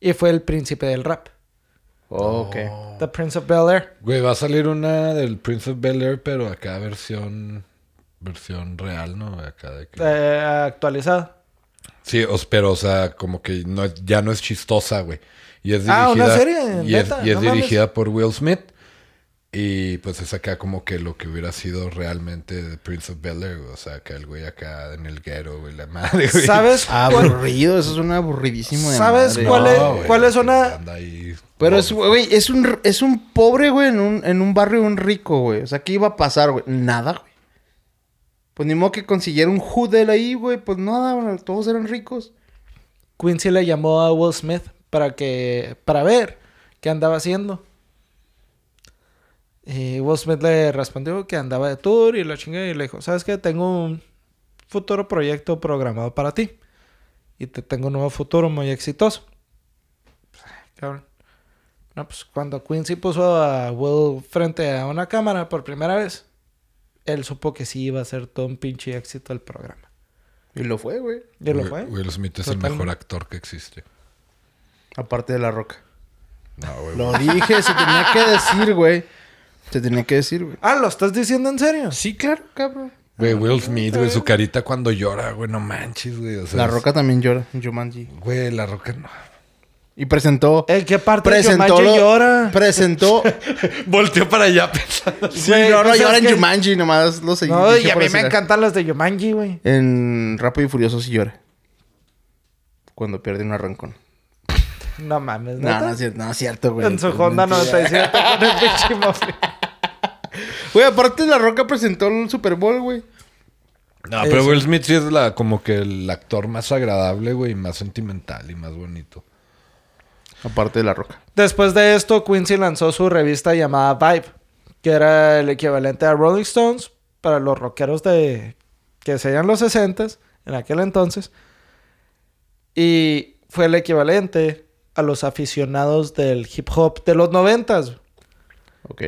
y fue El Príncipe del Rap. Ok. The Prince of Bel Air. Güey, va a salir una del Prince of Bel Air, pero acá versión. Versión real, ¿no? Acá de Eh. que- actualizado. Sí, os- pero, o sea, como que no, es- ya no es chistosa, güey. Y es dirigida, Ah, una serie, y es, neta, y es no mames. dirigida por Will Smith. Y pues es acá como que lo que hubiera sido realmente The Prince of Bel Air, güey. O sea, acá el güey acá en el guero, güey, la madre, güey. ¿Sabes Ah, cuál, Aburrido, eso es un aburridísimo de ¿Sabes madre. cuál No, es- güey, cuál es que una- anda ahí- Pero es, güey, es un, es un pobre, güey, en un, en un barrio de un rico, güey. O sea, ¿qué iba a pasar, güey? Nada, güey. Pues ni modo que consiguiera un judel ahí, güey. Pues nada, güey, todos eran ricos. Quincy le llamó a Will Smith para que para ver qué andaba haciendo. Y Will Smith le respondió que andaba de tour y la chingada y le dijo, "¿Sabes qué? Tengo un futuro proyecto programado para ti y te tengo un nuevo futuro muy exitoso." Pues, ay, Cabrón. No, pues cuando Quincy puso a Will frente a una cámara por primera vez, él supo que sí iba a ser todo un pinche éxito el programa. Y lo fue, güey. ¿Y lo Will- fue? Will Smith es el Totalmente. mejor actor que existe. Aparte de la roca. No, güey. Lo dije, se tenía que decir, güey. Se tenía que decir, güey. Ah, ¿lo estás diciendo en serio? Sí, claro, cabrón. Güey, Will Smith, güey, su carita cuando llora, güey, no manches, güey. O sea, La Pues, es- roca también llora, Jumanji. Güey, la roca no. Y presentó. ¿En qué parte presentó. de Jumanji lo- llora? Presentó. Volteó para allá pensando. sí, Güey, no, no pues es llora en que- Jumanji, nomás lo seguí. No, dije y a por mí me decir- encantan las de Jumanji, güey. En Rápido y Furioso sí llora. Cuando pierde un arrancón. No mames, No, ¿neta? no es cierto, no es cierto, güey. En su Honda 97 Mentira. con el pinche mofle. Güey, aparte La Roca presentó el Super Bowl, güey. No, pero Will Smith sí es la, como que el actor más agradable, güey, más sentimental y más bonito. Aparte de La Roca. Después de esto, Quincy lanzó su revista llamada Vibe, que era el equivalente a Rolling Stones para los rockeros de que serían los 60s en aquel entonces. Y fue el equivalente a los aficionados del hip hop de los 90s. Ok.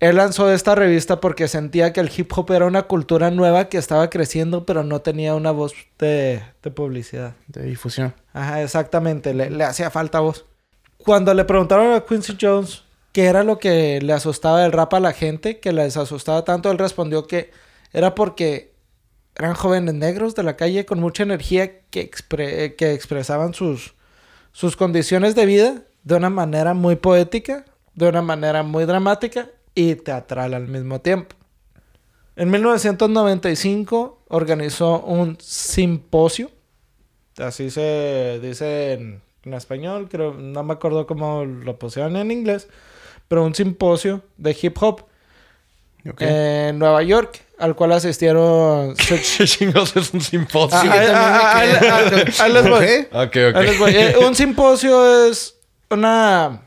Él lanzó esta revista porque sentía que el hip hop era una cultura nueva que estaba creciendo, pero no tenía una voz de, de publicidad. De difusión. Ajá, exactamente, le, le hacía falta voz. Cuando le preguntaron a Quincy Jones qué era lo que le asustaba del rap a la gente, que les asustaba tanto, él respondió que era porque eran jóvenes negros de la calle con mucha energía que, expre- eh, que expresaban sus, sus condiciones de vida de una manera muy poética, de una manera muy dramática y teatral al mismo tiempo. En 1995 organizó un simposio, así se dice en, en español, creo, no me acuerdo cómo lo pusieron en inglés, pero un simposio de hip hop Ok. en Nueva York, al cual asistieron Sech- ¿Qué chingados es un simposio? Ah, también ah, me quedé. ah, ah, ah, ahí les voy. Ok. ok, Ahí les ok. voy. Eh, un simposio es una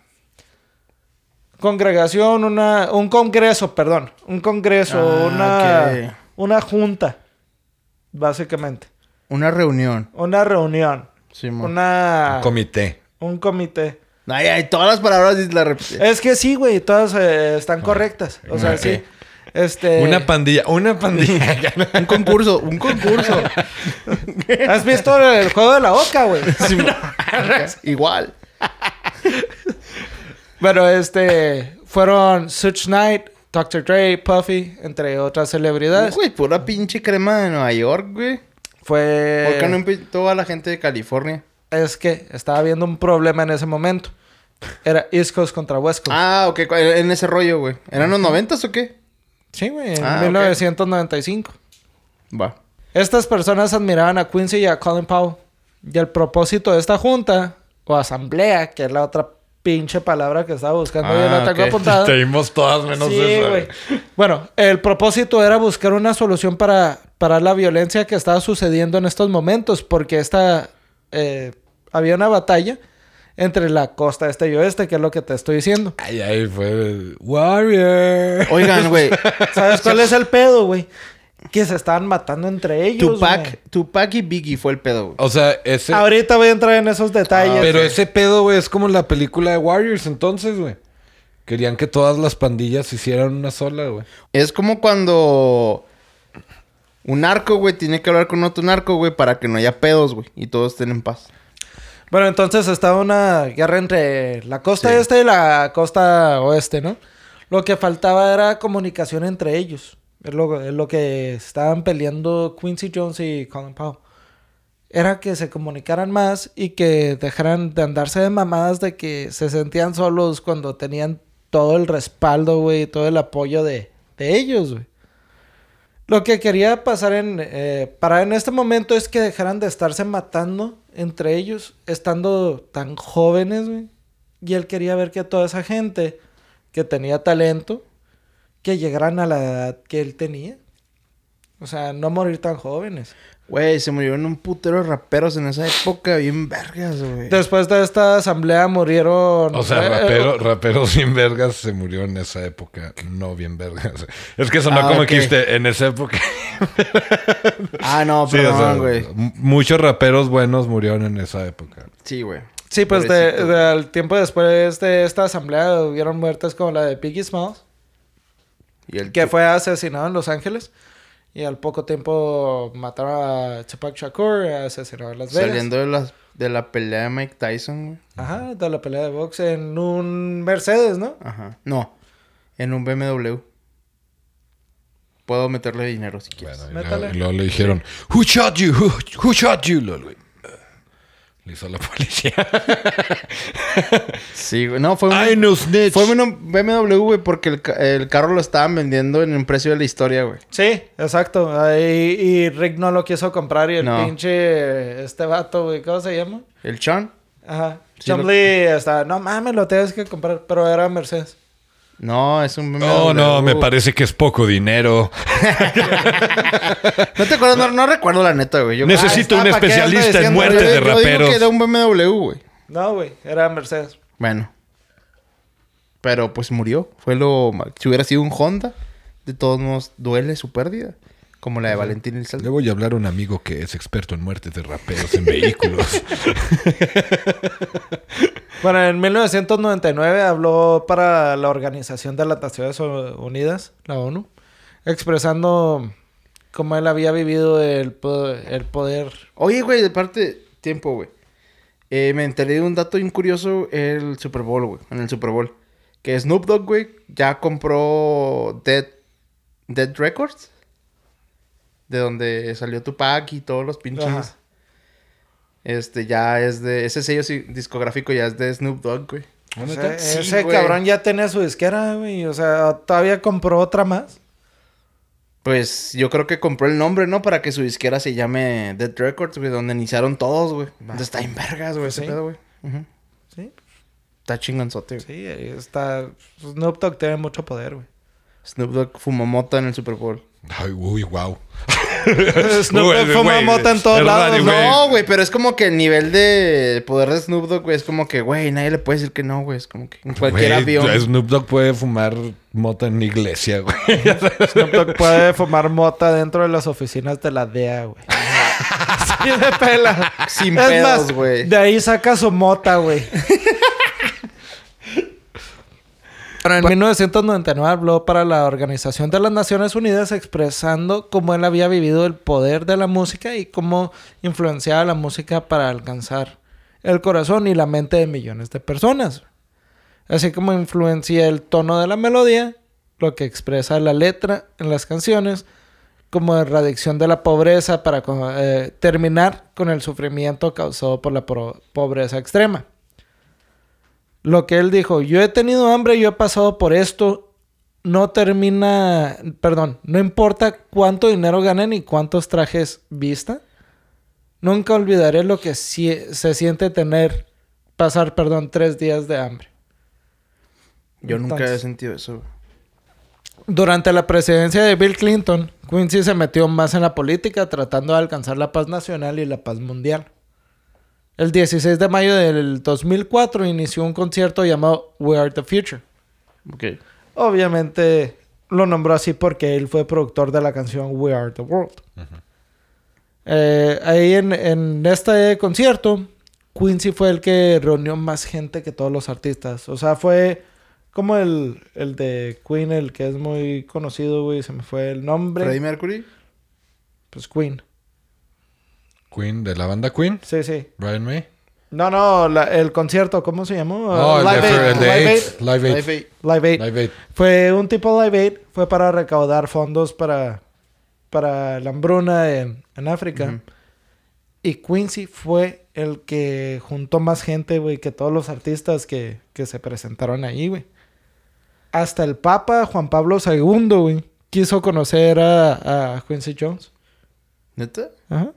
congregación, una, un congreso, perdón. Un congreso, Ah, una, ok. una junta, básicamente. Una reunión. Una reunión, Sí, una, Un comité. un comité. Ay, ay, todas las palabras la repite. Es que sí, güey, todas eh, Ah, están correctas. O sea, ok. sí. Este, Una pandilla, una pandilla. Un concurso, un concurso. ¿Has visto el juego de la oca, güey? Simón. Ok, Igual. Bueno, este. Fueron Such Knight, Dr. Dre, Puffy, entre otras celebridades. Güey, pura pinche crema de Nueva York, güey. Fue. ¿Por qué no invitó a la gente de California? Es que estaba habiendo un problema en ese momento. Era East Coast contra West Coast. Ah, ok, cu- en ese rollo, güey. ¿Eran los noventas o qué? Sí, güey, en Ah, ok. 1995. Va. Estas personas admiraban a Quincy y a Colin Powell. Y el propósito de esta junta, o asamblea, que es la otra pinche palabra que estaba buscando, yo Ah, la tengo ok. apuntada. Te vimos todas menos Sí, esa, güey. güey. Bueno, el propósito era buscar una solución para, para la violencia que estaba sucediendo en estos momentos, porque esta eh, había una batalla entre la costa este y oeste, que es lo que te estoy diciendo. Ay, ay, fue. Warrior. Oigan, güey. ¿Sabes cuál es el pedo, güey? que se estaban matando entre ellos. Tupac, güey. Tupac y Biggie fue el pedo, güey. O sea, ese. Ahorita voy a entrar en esos Ah, detalles. Pero güey. ese pedo, güey, es como la película de Warriors, entonces, güey. Querían que todas las pandillas hicieran una sola, güey. Es como cuando un narco, güey, tiene que hablar con otro narco, güey, para que no haya pedos, güey. Y todos estén en paz. Bueno, entonces estaba una guerra entre la costa este y la costa oeste, ¿no? Lo que faltaba era comunicación entre ellos. Es lo, es lo que estaban peleando Quincy Jones y Colin Powell. Era que se comunicaran más y que dejaran de andarse de mamadas de que se sentían solos cuando tenían todo el respaldo, güey, todo el apoyo de, de ellos, güey. Lo que quería pasar en, eh, para en este momento es que dejaran de estarse matando entre ellos, estando tan jóvenes, güey. Y él quería ver que toda esa gente que tenía talento, que llegaran a la edad que él tenía. O sea, no morir tan jóvenes. Güey, se murieron un putero de raperos en esa época, bien vergas, güey. Después de esta asamblea murieron... O sea, eh, rapero, rapero sin vergas se murió en esa época. No bien vergas. Es que sonó Ah, como ok. quiste en esa época. Ah, no, Sí, o sea, perdón, güey. m- muchos raperos buenos murieron en esa época. Sí, güey. Sí, pues de, Pobrecito. de- al tiempo después de esta asamblea hubieron muertes como la de Piggy Smalls. Y el que que fue asesinado en Los Ángeles. Y al poco tiempo mataron a Tupac Shakur, asesinado en Las Vegas. saliendo de la, de la pelea de Mike Tyson, güey. Ajá, de la pelea de box en un Mercedes, ¿no? Ajá. No, en un BMW. Puedo meterle dinero si quieres. Bueno, y Métale. luego- y luego le dijeron, Who shot you? Who, who shot you? Lol, güey. Le hizo la policía. Sí, güey. No, fue un, I no snitch. fue un BMW, güey, porque el, ca- el carro lo estaban vendiendo en el precio de la historia, güey. Sí, exacto. Ahí- y Rick no lo quiso comprar y el No. pinche este vato, güey, ¿cómo se llama? El Chan. Ajá. Sí, lo- Chumley estaba, no mames, lo tienes que comprar, pero era Mercedes. No, es un BMW. No, Oh, no, uh. me parece que es poco dinero. No te acuerdas, no, no recuerdo la neta, güey. Yo- está, Necesito un ¿pa' qué anda especialista en diciendo? muerte Yo- de yo digo que era raperos. un BMW, güey. No, güey, era Mercedes. Bueno. Pero pues murió. Fue lo mal. Si hubiera sido un Honda, de todos modos duele su pérdida. Como la de Valentín Le Elizalde. voy a hablar a un amigo que es experto en muerte de raperos en vehículos. Bueno, en 1999 habló para la Organización de las Naciones Unidas, la ONU, expresando cómo él había vivido el, po- el poder. Oye, güey, de parte, tiempo, güey. Eh, me enteré de un dato bien curioso el Super Bowl, güey. En el Super Bowl. Que Snoop Dogg, güey, ya compró Dead, Dead Records. De donde salió Tupac y todos los pinches. Ajá. Este ya es de. Ese sello sí- discográfico ya es de Snoop Dogg, güey. O sea, ¿Neta? Sí, ese güey. cabrón ya tenía su disquera, güey. O sea, todavía compró otra más. Pues yo creo que compró el nombre, ¿no? Para que su disquera se llame Dead Records, güey, donde iniciaron todos, güey. Donde está en vergas, güey, Pues ese sí. pedo, güey. Ujú. Sí, Está chingonzote, güey. sí, está. Snoop Dogg tiene mucho poder, güey. Snoop Dogg fumó mota en el Super Bowl. Ay, uy, wow. Snoop Dogg fuma mota en todos lados, güey. No, güey, pero es como que el nivel de poder de Snoop Dogg, güey, es como que, güey, nadie le puede decir que no, güey. Es como que en cualquier Güey, avión. Snoop Dogg puede fumar mota en iglesia, güey. Snoop Dogg puede fumar mota dentro de las oficinas de la DEA, güey. Sí, de pela. Sin Es pedos, más, güey. De ahí saca su mota, güey. Pero en 1999 habló para la Organización de las Naciones Unidas expresando cómo él había vivido el poder de la música y cómo influenciaba la música para alcanzar el corazón y la mente de millones de personas. Así como influencia el tono de la melodía, lo que expresa la letra en las canciones, como erradicación de la pobreza para co- eh, terminar con el sufrimiento causado por la pro- pobreza extrema. Lo que él dijo, yo he tenido hambre, yo he pasado por esto, no termina, perdón, no importa cuánto dinero gane ni cuántos trajes vista, nunca olvidaré lo que sie- se siente tener, pasar, perdón, tres días de hambre. Yo nunca Entonces. he sentido eso, güey. Durante la presidencia de Bill Clinton, Quincy se metió más en la política tratando de alcanzar la paz nacional y la paz mundial. El 16 de mayo del 2004 inició un concierto llamado We Are the Future. Ok. Obviamente lo nombró así porque él fue productor de la canción We Are the World. Eh, ahí en, en este concierto, Quincy fue el que reunió más gente que todos los artistas. O sea, fue como el, el de Queen, el que es muy conocido, güey, se me fue el nombre. Freddie Mercury. Pues Queen. Queen, de la banda Queen, Sí, sí. Brian May. No, no, la- el concierto, ¿cómo se llamó? No, Eh, el de, Aid, el de Live Aid. Eight. Live Aid. Live Aid. Live Aid. Live Aid. Fue un tipo Live Aid, fue para recaudar fondos para, para la hambruna en, en África. Y Quincy fue el que juntó más gente, güey, que todos los artistas que, que se presentaron ahí, güey. Hasta el Papa Juan Pablo II, güey, quiso conocer a, a Quincy Jones. ¿Neta? Ajá.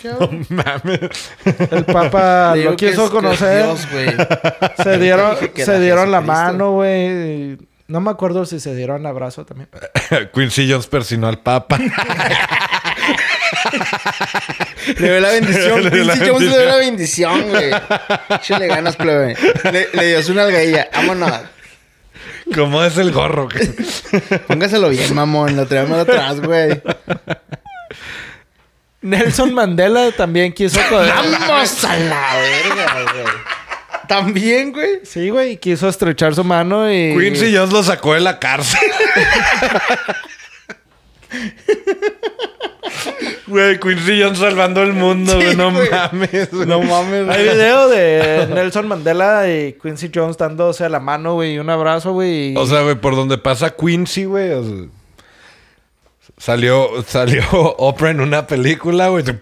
¿Qué hago? Mames. El Papa Le digo Ah, lo que quiso es- que conocer. Dios, güey. Se dieron, Dije que se era dieron la Jesucristo. mano, güey. y No me acuerdo si se dieron abrazo también. Quincy Jones persinó al Papa. Le doy la bendición. Le doy la Quincy Jones le doy la bendición, güey. Échale ganas, plebe. Le, le dio su nalgadilla. Vámonos. ¿Cómo es el gorro? Póngaselo bien, mamón. Lo traemos atrás, güey. Nelson Mandela también quiso. co- ¡Vamos a la verga, güey! También, güey. sí, güey, quiso estrechar su mano y. Quincy Jones lo sacó de la cárcel. Güey, Quincy Jones salvando el mundo, Sí, güey, no güey. mames. güey. No mames, Hay güey. video de Nelson Mandela y Quincy Jones dándose la mano, güey, y un abrazo, güey. y- O sea, güey, por donde pasa Quincy, güey. o sea, salió, salió Oprah en una película, güey.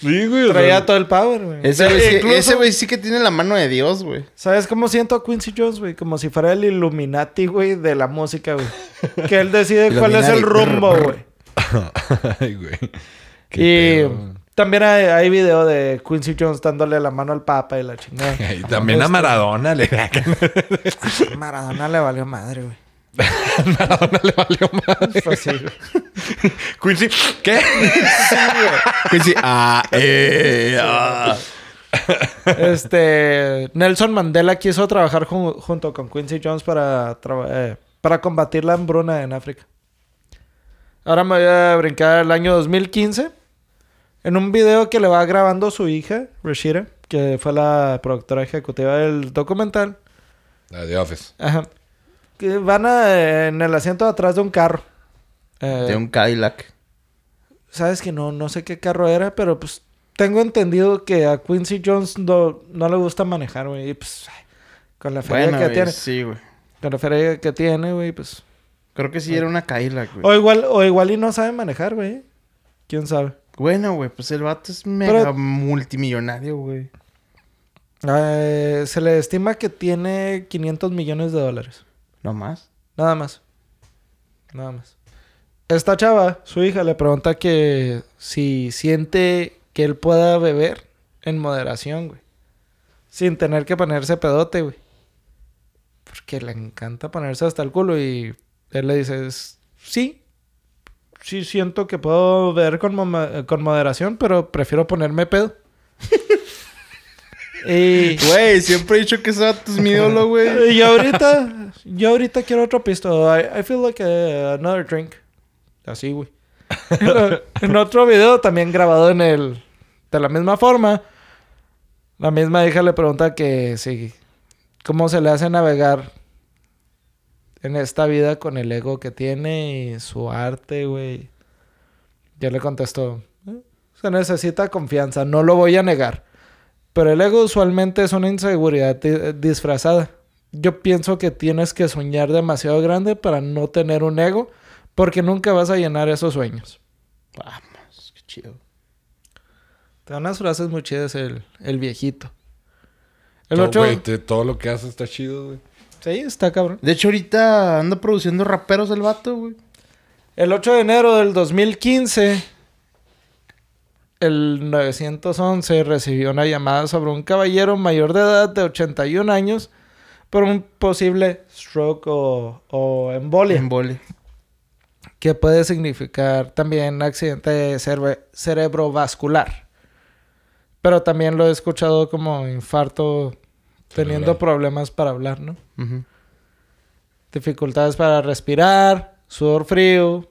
Sí, güey. o traía sea, todo el power, güey. Ese güey, Eh, sí- incluso- ese güey sí que tiene la mano de Dios, güey. ¿Sabes cómo siento a Quincy Jones, güey? Como si fuera el Illuminati, güey, de la música, güey. que él decide cuál es el Illuminati. rumbo, güey. Ay, güey. Y Qué pedo, güey. también hay, hay video de Quincy Jones dándole la mano al Papa y la chingada. Y pues, también a Maradona le, Maradona le valió madre, güey. Maradona le valió madre. Pues sí, güey. Quincy, ¿qué? Quincy, ah, eh, ah. Este, Nelson Mandela quiso trabajar jun- junto con Quincy Jones para, traba- eh, para combatir la hambruna en África. Ahora me voy a brincar al año 2015. En un video que le va grabando su hija, Rashida, que fue la productora ejecutiva del documental. La de Office. Ajá. Que van a- en el asiento de atrás de un carro. Eh, De un Cadillac. Sabes que no, no sé qué carro era, pero pues tengo entendido que a Quincy Jones no, no le gusta manejar, güey. Y pues, ay, con la feria Bueno, que güey, tiene, sí, güey. con la feria que tiene, güey, pues. Creo que sí era una Cadillac, güey. O igual, o igual y no sabe manejar, güey. Quién sabe. Bueno, güey, pues el vato es mega Pero- multimillonario, güey. Eh, se le estima que tiene 500 millones de dólares. No más. Nada más. Nada más. Esta chava, su hija, le pregunta que si siente que él pueda beber en moderación, güey. Sin tener que ponerse pedote, güey. Porque le encanta ponerse hasta el culo y él le dice, "Es- sí, sí siento que puedo beber con, moma- con moderación, pero prefiero ponerme pedo. y... Güey, siempre he dicho que ese vato es mi ídolo, güey. Y ahorita, yo ahorita quiero otro pisto. I, I feel like eh, another drink. Así, güey. en otro video también grabado en el... De la misma forma, la misma hija le pregunta que si... ¿Cómo se le hace navegar en esta vida con el ego que tiene y su arte, güey? Yo le contesto, "Eh, se necesita confianza, no lo voy a negar. Pero el ego usualmente es una inseguridad di- disfrazada. Yo pienso que tienes que soñar demasiado grande para no tener un ego, porque nunca vas a llenar esos sueños. Vamos, qué chido. Te da unas frases muy chidas el, el viejito. El Todo, otro... güey, te- todo lo que hace está chido, güey. Sí, está cabrón. De hecho, ahorita anda produciendo raperos el vato, güey. El 8 de enero del 2015, el 911 recibió una llamada sobre un caballero mayor de edad de 81 años por un posible stroke o, o embolia. En vole. que puede significar también accidente cerve- cerebrovascular. Pero también lo he escuchado como infarto, teniendo Cerebral. problemas para hablar, ¿no? Ujú. dificultades para respirar, sudor frío,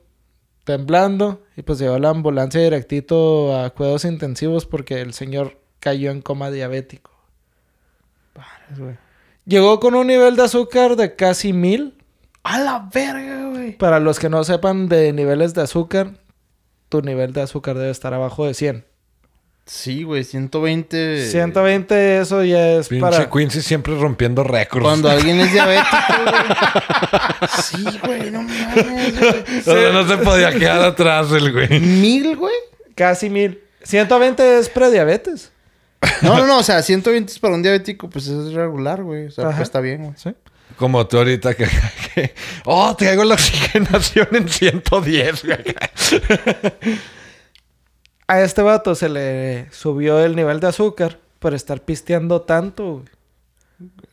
temblando. Y pues llevó la ambulancia directito a cuidados intensivos porque el señor cayó en coma diabético. Pares, güey. Llegó con un nivel de azúcar de casi mil. A la verga, güey. Para los que no sepan de niveles de azúcar, tu nivel de azúcar debe estar abajo de 100. Sí, güey, 120. 120, eso ya es Pinche para... Quincy siempre rompiendo récords. Cuando alguien es diabético, güey. Sí, güey, no mames. güey. O sea, no se podía quedar atrás el güey. ¿Mil, güey? Casi mil. 120 es prediabetes. No, no, no, o sea, 120 es para un diabético, pues es regular, güey. O sea, Ajá. pues está bien, güey. ¿sí? Como tú ahorita que... que- oh, traigo la oxigenación en 110, güey. A este vato se le subió el nivel de azúcar por estar pisteando tanto.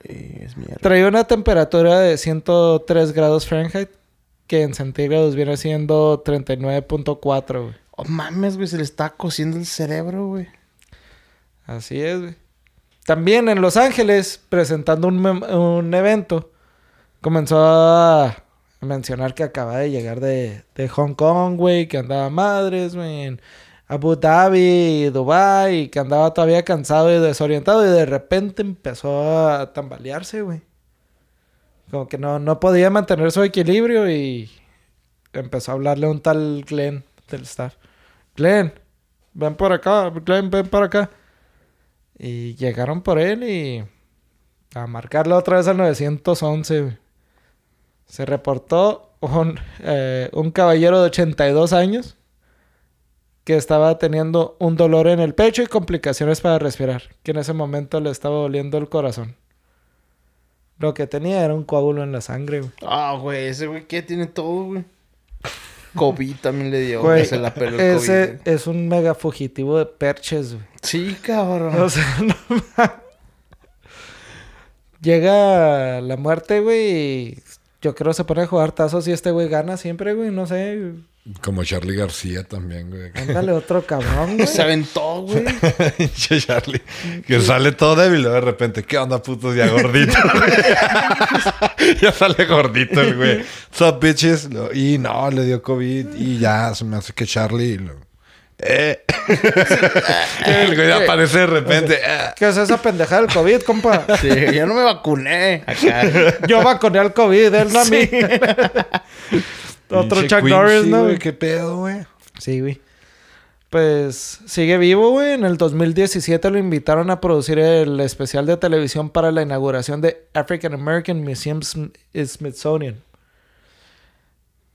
güey. Es mierda. Traía una temperatura de 103 grados Fahrenheit, que en centígrados viene siendo 39.4, güey. Oh, mames, güey, se le está cociendo el cerebro, güey. Así es, güey. También en Los Ángeles, presentando un, mem- un evento, comenzó a mencionar que acaba de llegar de, de Hong Kong, güey, que andaba madres, güey, en Abu Dhabi, Dubai, y que andaba todavía cansado y desorientado, y de repente empezó a tambalearse, güey. Como que no, no podía mantener su equilibrio y empezó a hablarle a un tal Glenn del staff. Glenn, ven por acá, Glenn, ven por acá. Y llegaron por él y a marcarlo otra vez al 911. güey. Se reportó un, eh, un caballero de 82 años que estaba teniendo un dolor en el pecho y complicaciones para respirar, que en ese momento le estaba doliendo el corazón. Lo que tenía era un coágulo en la sangre, güey. Ah, güey, ese güey que tiene todo, güey. COVID también le dio, Güey, güey. Se la peló el COVID. Ese güey. es un mega fugitivo de perches, güey. Sí, cabrón. O sea, no mames. Llega la muerte, güey. y Yo creo que se pone a jugar tazos y este güey gana siempre, güey. No sé. Como Charlie García también, güey. Ándale otro cabrón, güey. se aventó, güey. Pinche Charlie. Que sale todo débil luego de repente. ¿Qué onda, putos? Ya gordito. güey. ya sale gordito el güey. What's up, bitches? Lo- Y no, le dio COVID. Y ya se me hace que Charlie. lo- Eh. el güey aparece de repente. eh. ¿Qué es esa pendejada del COVID, compa? Sí, yo no me vacuné. Acá. Yo vacuné al COVID, él no a mí. otro Pinche Chuck Quincy, Norris, ¿no? güey? ¿Qué pedo, güey? Sí, güey. Pues sigue vivo, güey. En el 2017 lo invitaron a producir el especial de televisión para la inauguración de African American Museum Sm- Smithsonian.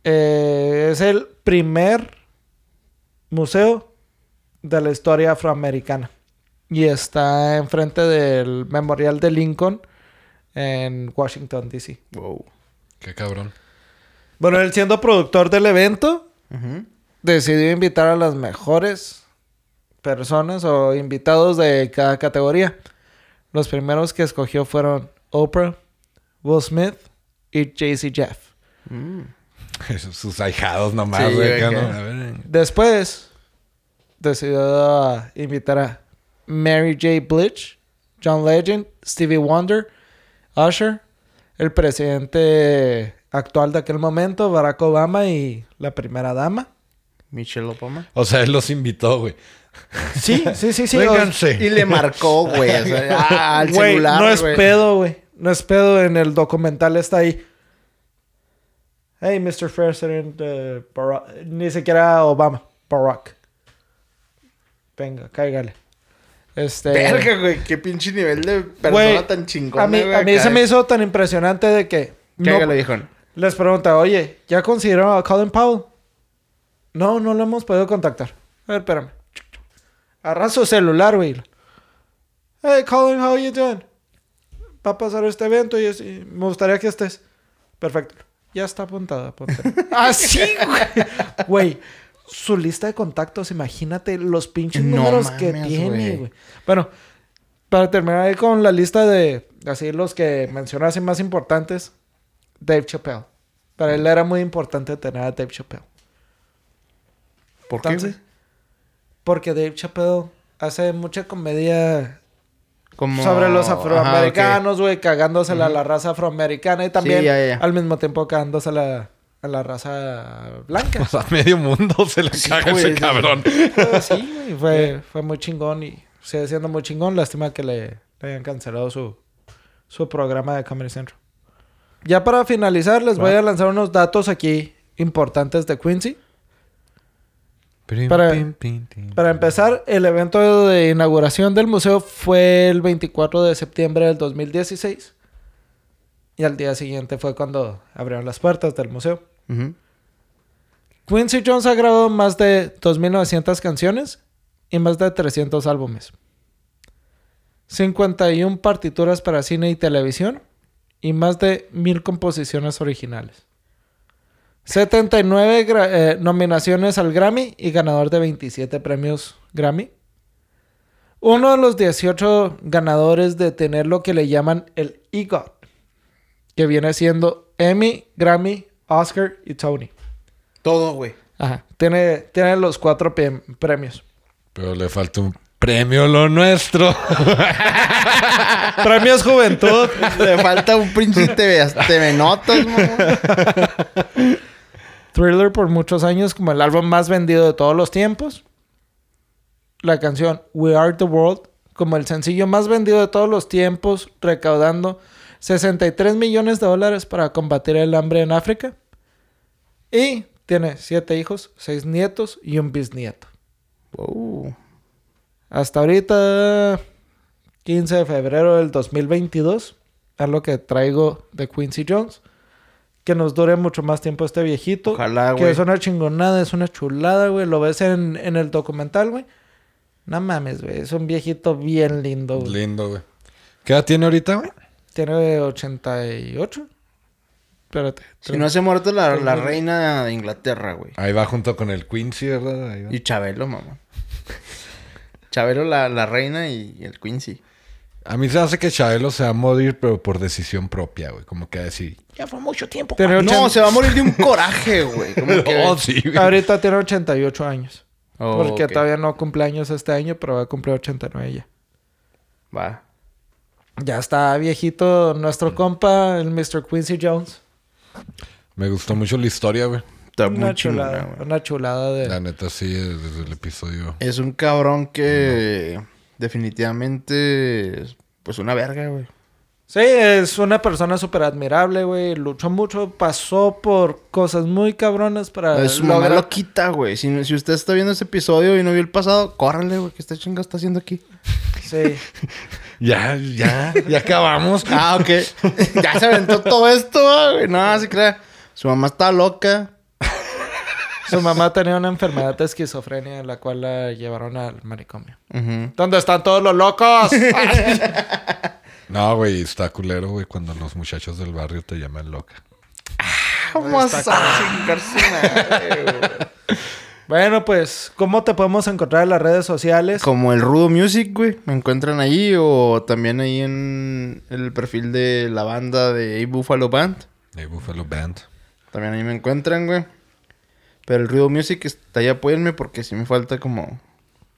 Eh, es el primer museo de la historia afroamericana. Y está enfrente del Memorial de Lincoln en Washington, D.C. Wow. Qué cabrón. Bueno, él siendo productor del evento, Ujú. decidió invitar a las mejores personas o invitados de cada categoría. Los primeros que escogió fueron Oprah, Will Smith y Jay-Z Jeff. Mm. Sus ahijados nomás, Sí, güey. güey, acá, ¿no? que- A ver, eh. Después decidió ah, invitar a Mary J. Blige, John Legend, Stevie Wonder, Usher, el presidente actual de aquel momento, Barack Obama y la primera dama. Michelle Obama. O sea, él los invitó, güey. Sí, sí, sí, sí. o- Vénganse. Y le marcó, güey. o sea, ah, al Güey, celular, No es güey. pedo, güey. No es pedo. En el documental está ahí. Hey, Mr. President eh, Barack. Ni siquiera Obama. Barack. Venga, cáigale. Este... Verga, güey. Qué pinche nivel de persona güey, tan chingona, A mí, güey, a mí acá. se me hizo tan impresionante de que... no- Cágale, dijo. les pregunta, oye, ¿ya consideraron a Colin Powell? No, no lo hemos podido contactar. A ver, espérame. Agarra su celular, güey. Hey, Colin, how you doing? Va a pasar este evento y, es- y me gustaría que estés. Perfecto. Ya está apuntada, ponte. Ah, Así, güey. Güey, su lista de contactos, imagínate los pinches No números que mames, tiene, güey. güey. Bueno, para terminar ahí con la lista de así los que mencionaste más importantes, Dave Chappelle. Para él era muy importante tener a Dave Chappelle. ¿Por qué, Entonces, güey? porque Dave Chappelle hace mucha comedia Como... sobre los Ajá, ok. afroamericanos, güey, cagándosela a la raza afroamericana y también ya, ya. al mismo tiempo cagándosela a la raza blanca. O sea, medio mundo se la caga güey, ese sí. cabrón. sí, güey, fue, fue muy chingón y sigue siendo muy chingón. Lástima que le, le hayan cancelado su, su programa de Comedy Central. Ya para finalizar, les voy a lanzar unos datos aquí importantes de Quincy. Para- Para empezar, el evento de inauguración del museo fue el 24 de septiembre del 2016. Y al día siguiente fue cuando abrieron las puertas del museo. Ujú. Quincy Jones ha grabado más de 2.900 canciones y más de 300 álbumes. 51 partituras para cine y televisión y más de 1.000 composiciones originales. 79 gra- eh, nominaciones al Grammy y ganador de 27 premios Grammy. Uno de los 18 ganadores de tener lo que le llaman el EGOT, que viene siendo Emmy, Grammy, Oscar y Tony. Todo, güey. Ajá. Tiene, tiene los cuatro pe- premios. Pero le falta un premio lo nuestro. premios Juventud. Le falta un pinche TV, TV Notas, mamón. Thriller por muchos años como el álbum más vendido de todos los tiempos. La canción We Are the World como el sencillo más vendido de todos los tiempos, recaudando 63 millones de dólares para combatir el hambre en África. Y tiene siete hijos, seis nietos y un bisnieto. Wow. Hasta ahorita, 15 de febrero del 2022, es lo que traigo de Quincy Jones. Que nos dure mucho más tiempo este viejito. Ojalá, que güey. es una chingonada, es una chulada, güey. Lo ves en, en el documental, güey. No mames, güey. Es un viejito bien lindo, güey. Lindo, güey. ¿Qué edad tiene ahorita, güey? Tiene 88. Espérate. Si no se ha muerto la, la reina de Inglaterra, güey. Ahí va junto con el Quincy, ¿verdad? Ahí va. Y Chabelo, mamá. Chabelo, la, la reina y, y el Quincy. A mí se hace que Chabelo se va a morir, pero por decisión propia, güey. Como que va a decir, ya fue mucho tiempo. Tiene No, 80 se va a morir de un coraje, güey. Como que... Oh, sí, güey. Ahorita tiene 88 años. Oh, porque ok. todavía no cumple años este año, pero va a cumplir 89 ya. Va. Ya está viejito Mm. nuestro compa, el Mr. Quincy Jones. Me gustó mucho la historia, güey. Está muy Una chingona, chulada, güey. una chulada de... La neta, sí, desde el episodio. Es un cabrón que definitivamente... es, Pues una verga, güey. Sí, es una persona súper admirable, güey. Luchó mucho, pasó por cosas muy cabronas para Es su mamá lograr- lo quita, güey. Si, no- si usted está viendo ese episodio y no vio el pasado, córrele, güey. ¿Qué esta chinga está haciendo aquí? Sí. Ya, ya, ya acabamos. Ah, ok. ya se aventó todo esto, ah, güey. No, se crea. Su mamá está loca. Su mamá tenía una enfermedad de esquizofrenia, la cual la llevaron al manicomio. Ujú. ¿Dónde están todos los locos? No, güey, está culero, güey, cuando los muchachos del barrio te llaman loca. Vamos a chingarse madre, güey. bueno, pues, ¿cómo te podemos encontrar en las redes sociales? Como el Rudo Music, güey. Me encuentran ahí o también ahí en el perfil de la banda de A Buffalo Band. Hey, Buffalo Band. También ahí me encuentran, güey. Pero el Rudo Music está ahí, apóyenme porque sí me falta como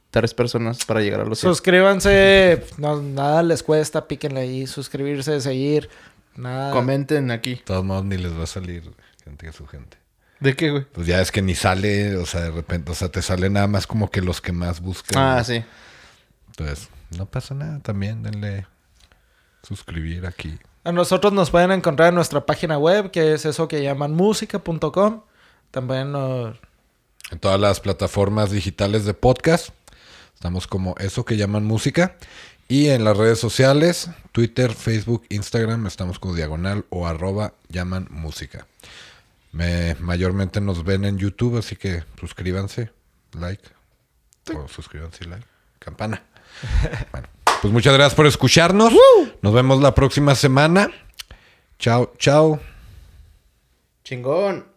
tres personas para llegar a los cien. Suscríbanse. No, nada les cuesta. Píquenle ahí. Suscribirse, seguir. Nada. Comenten aquí. De todos modos, ni les va a salir güey, gente que su gente. ¿De qué, güey? Pues ya es que ni sale, o sea, de repente, o sea, te sale nada más como que los que más buscan. Ah, güey. sí. Entonces, no pasa nada. También denle suscribir aquí. A nosotros nos pueden encontrar en nuestra página web, que es eso que llaman música.com. También nos- En todas las plataformas digitales de podcast. Estamos como eso que llaman música. Y en las redes sociales, Twitter, Facebook, Instagram, estamos como diagonal o arroba llaman música. Me- mayormente nos ven en YouTube, así que suscríbanse, like. O suscríbanse y like. Campana. Bueno, pues muchas gracias por escucharnos. Nos vemos la próxima semana. Chao, chao. Chingón.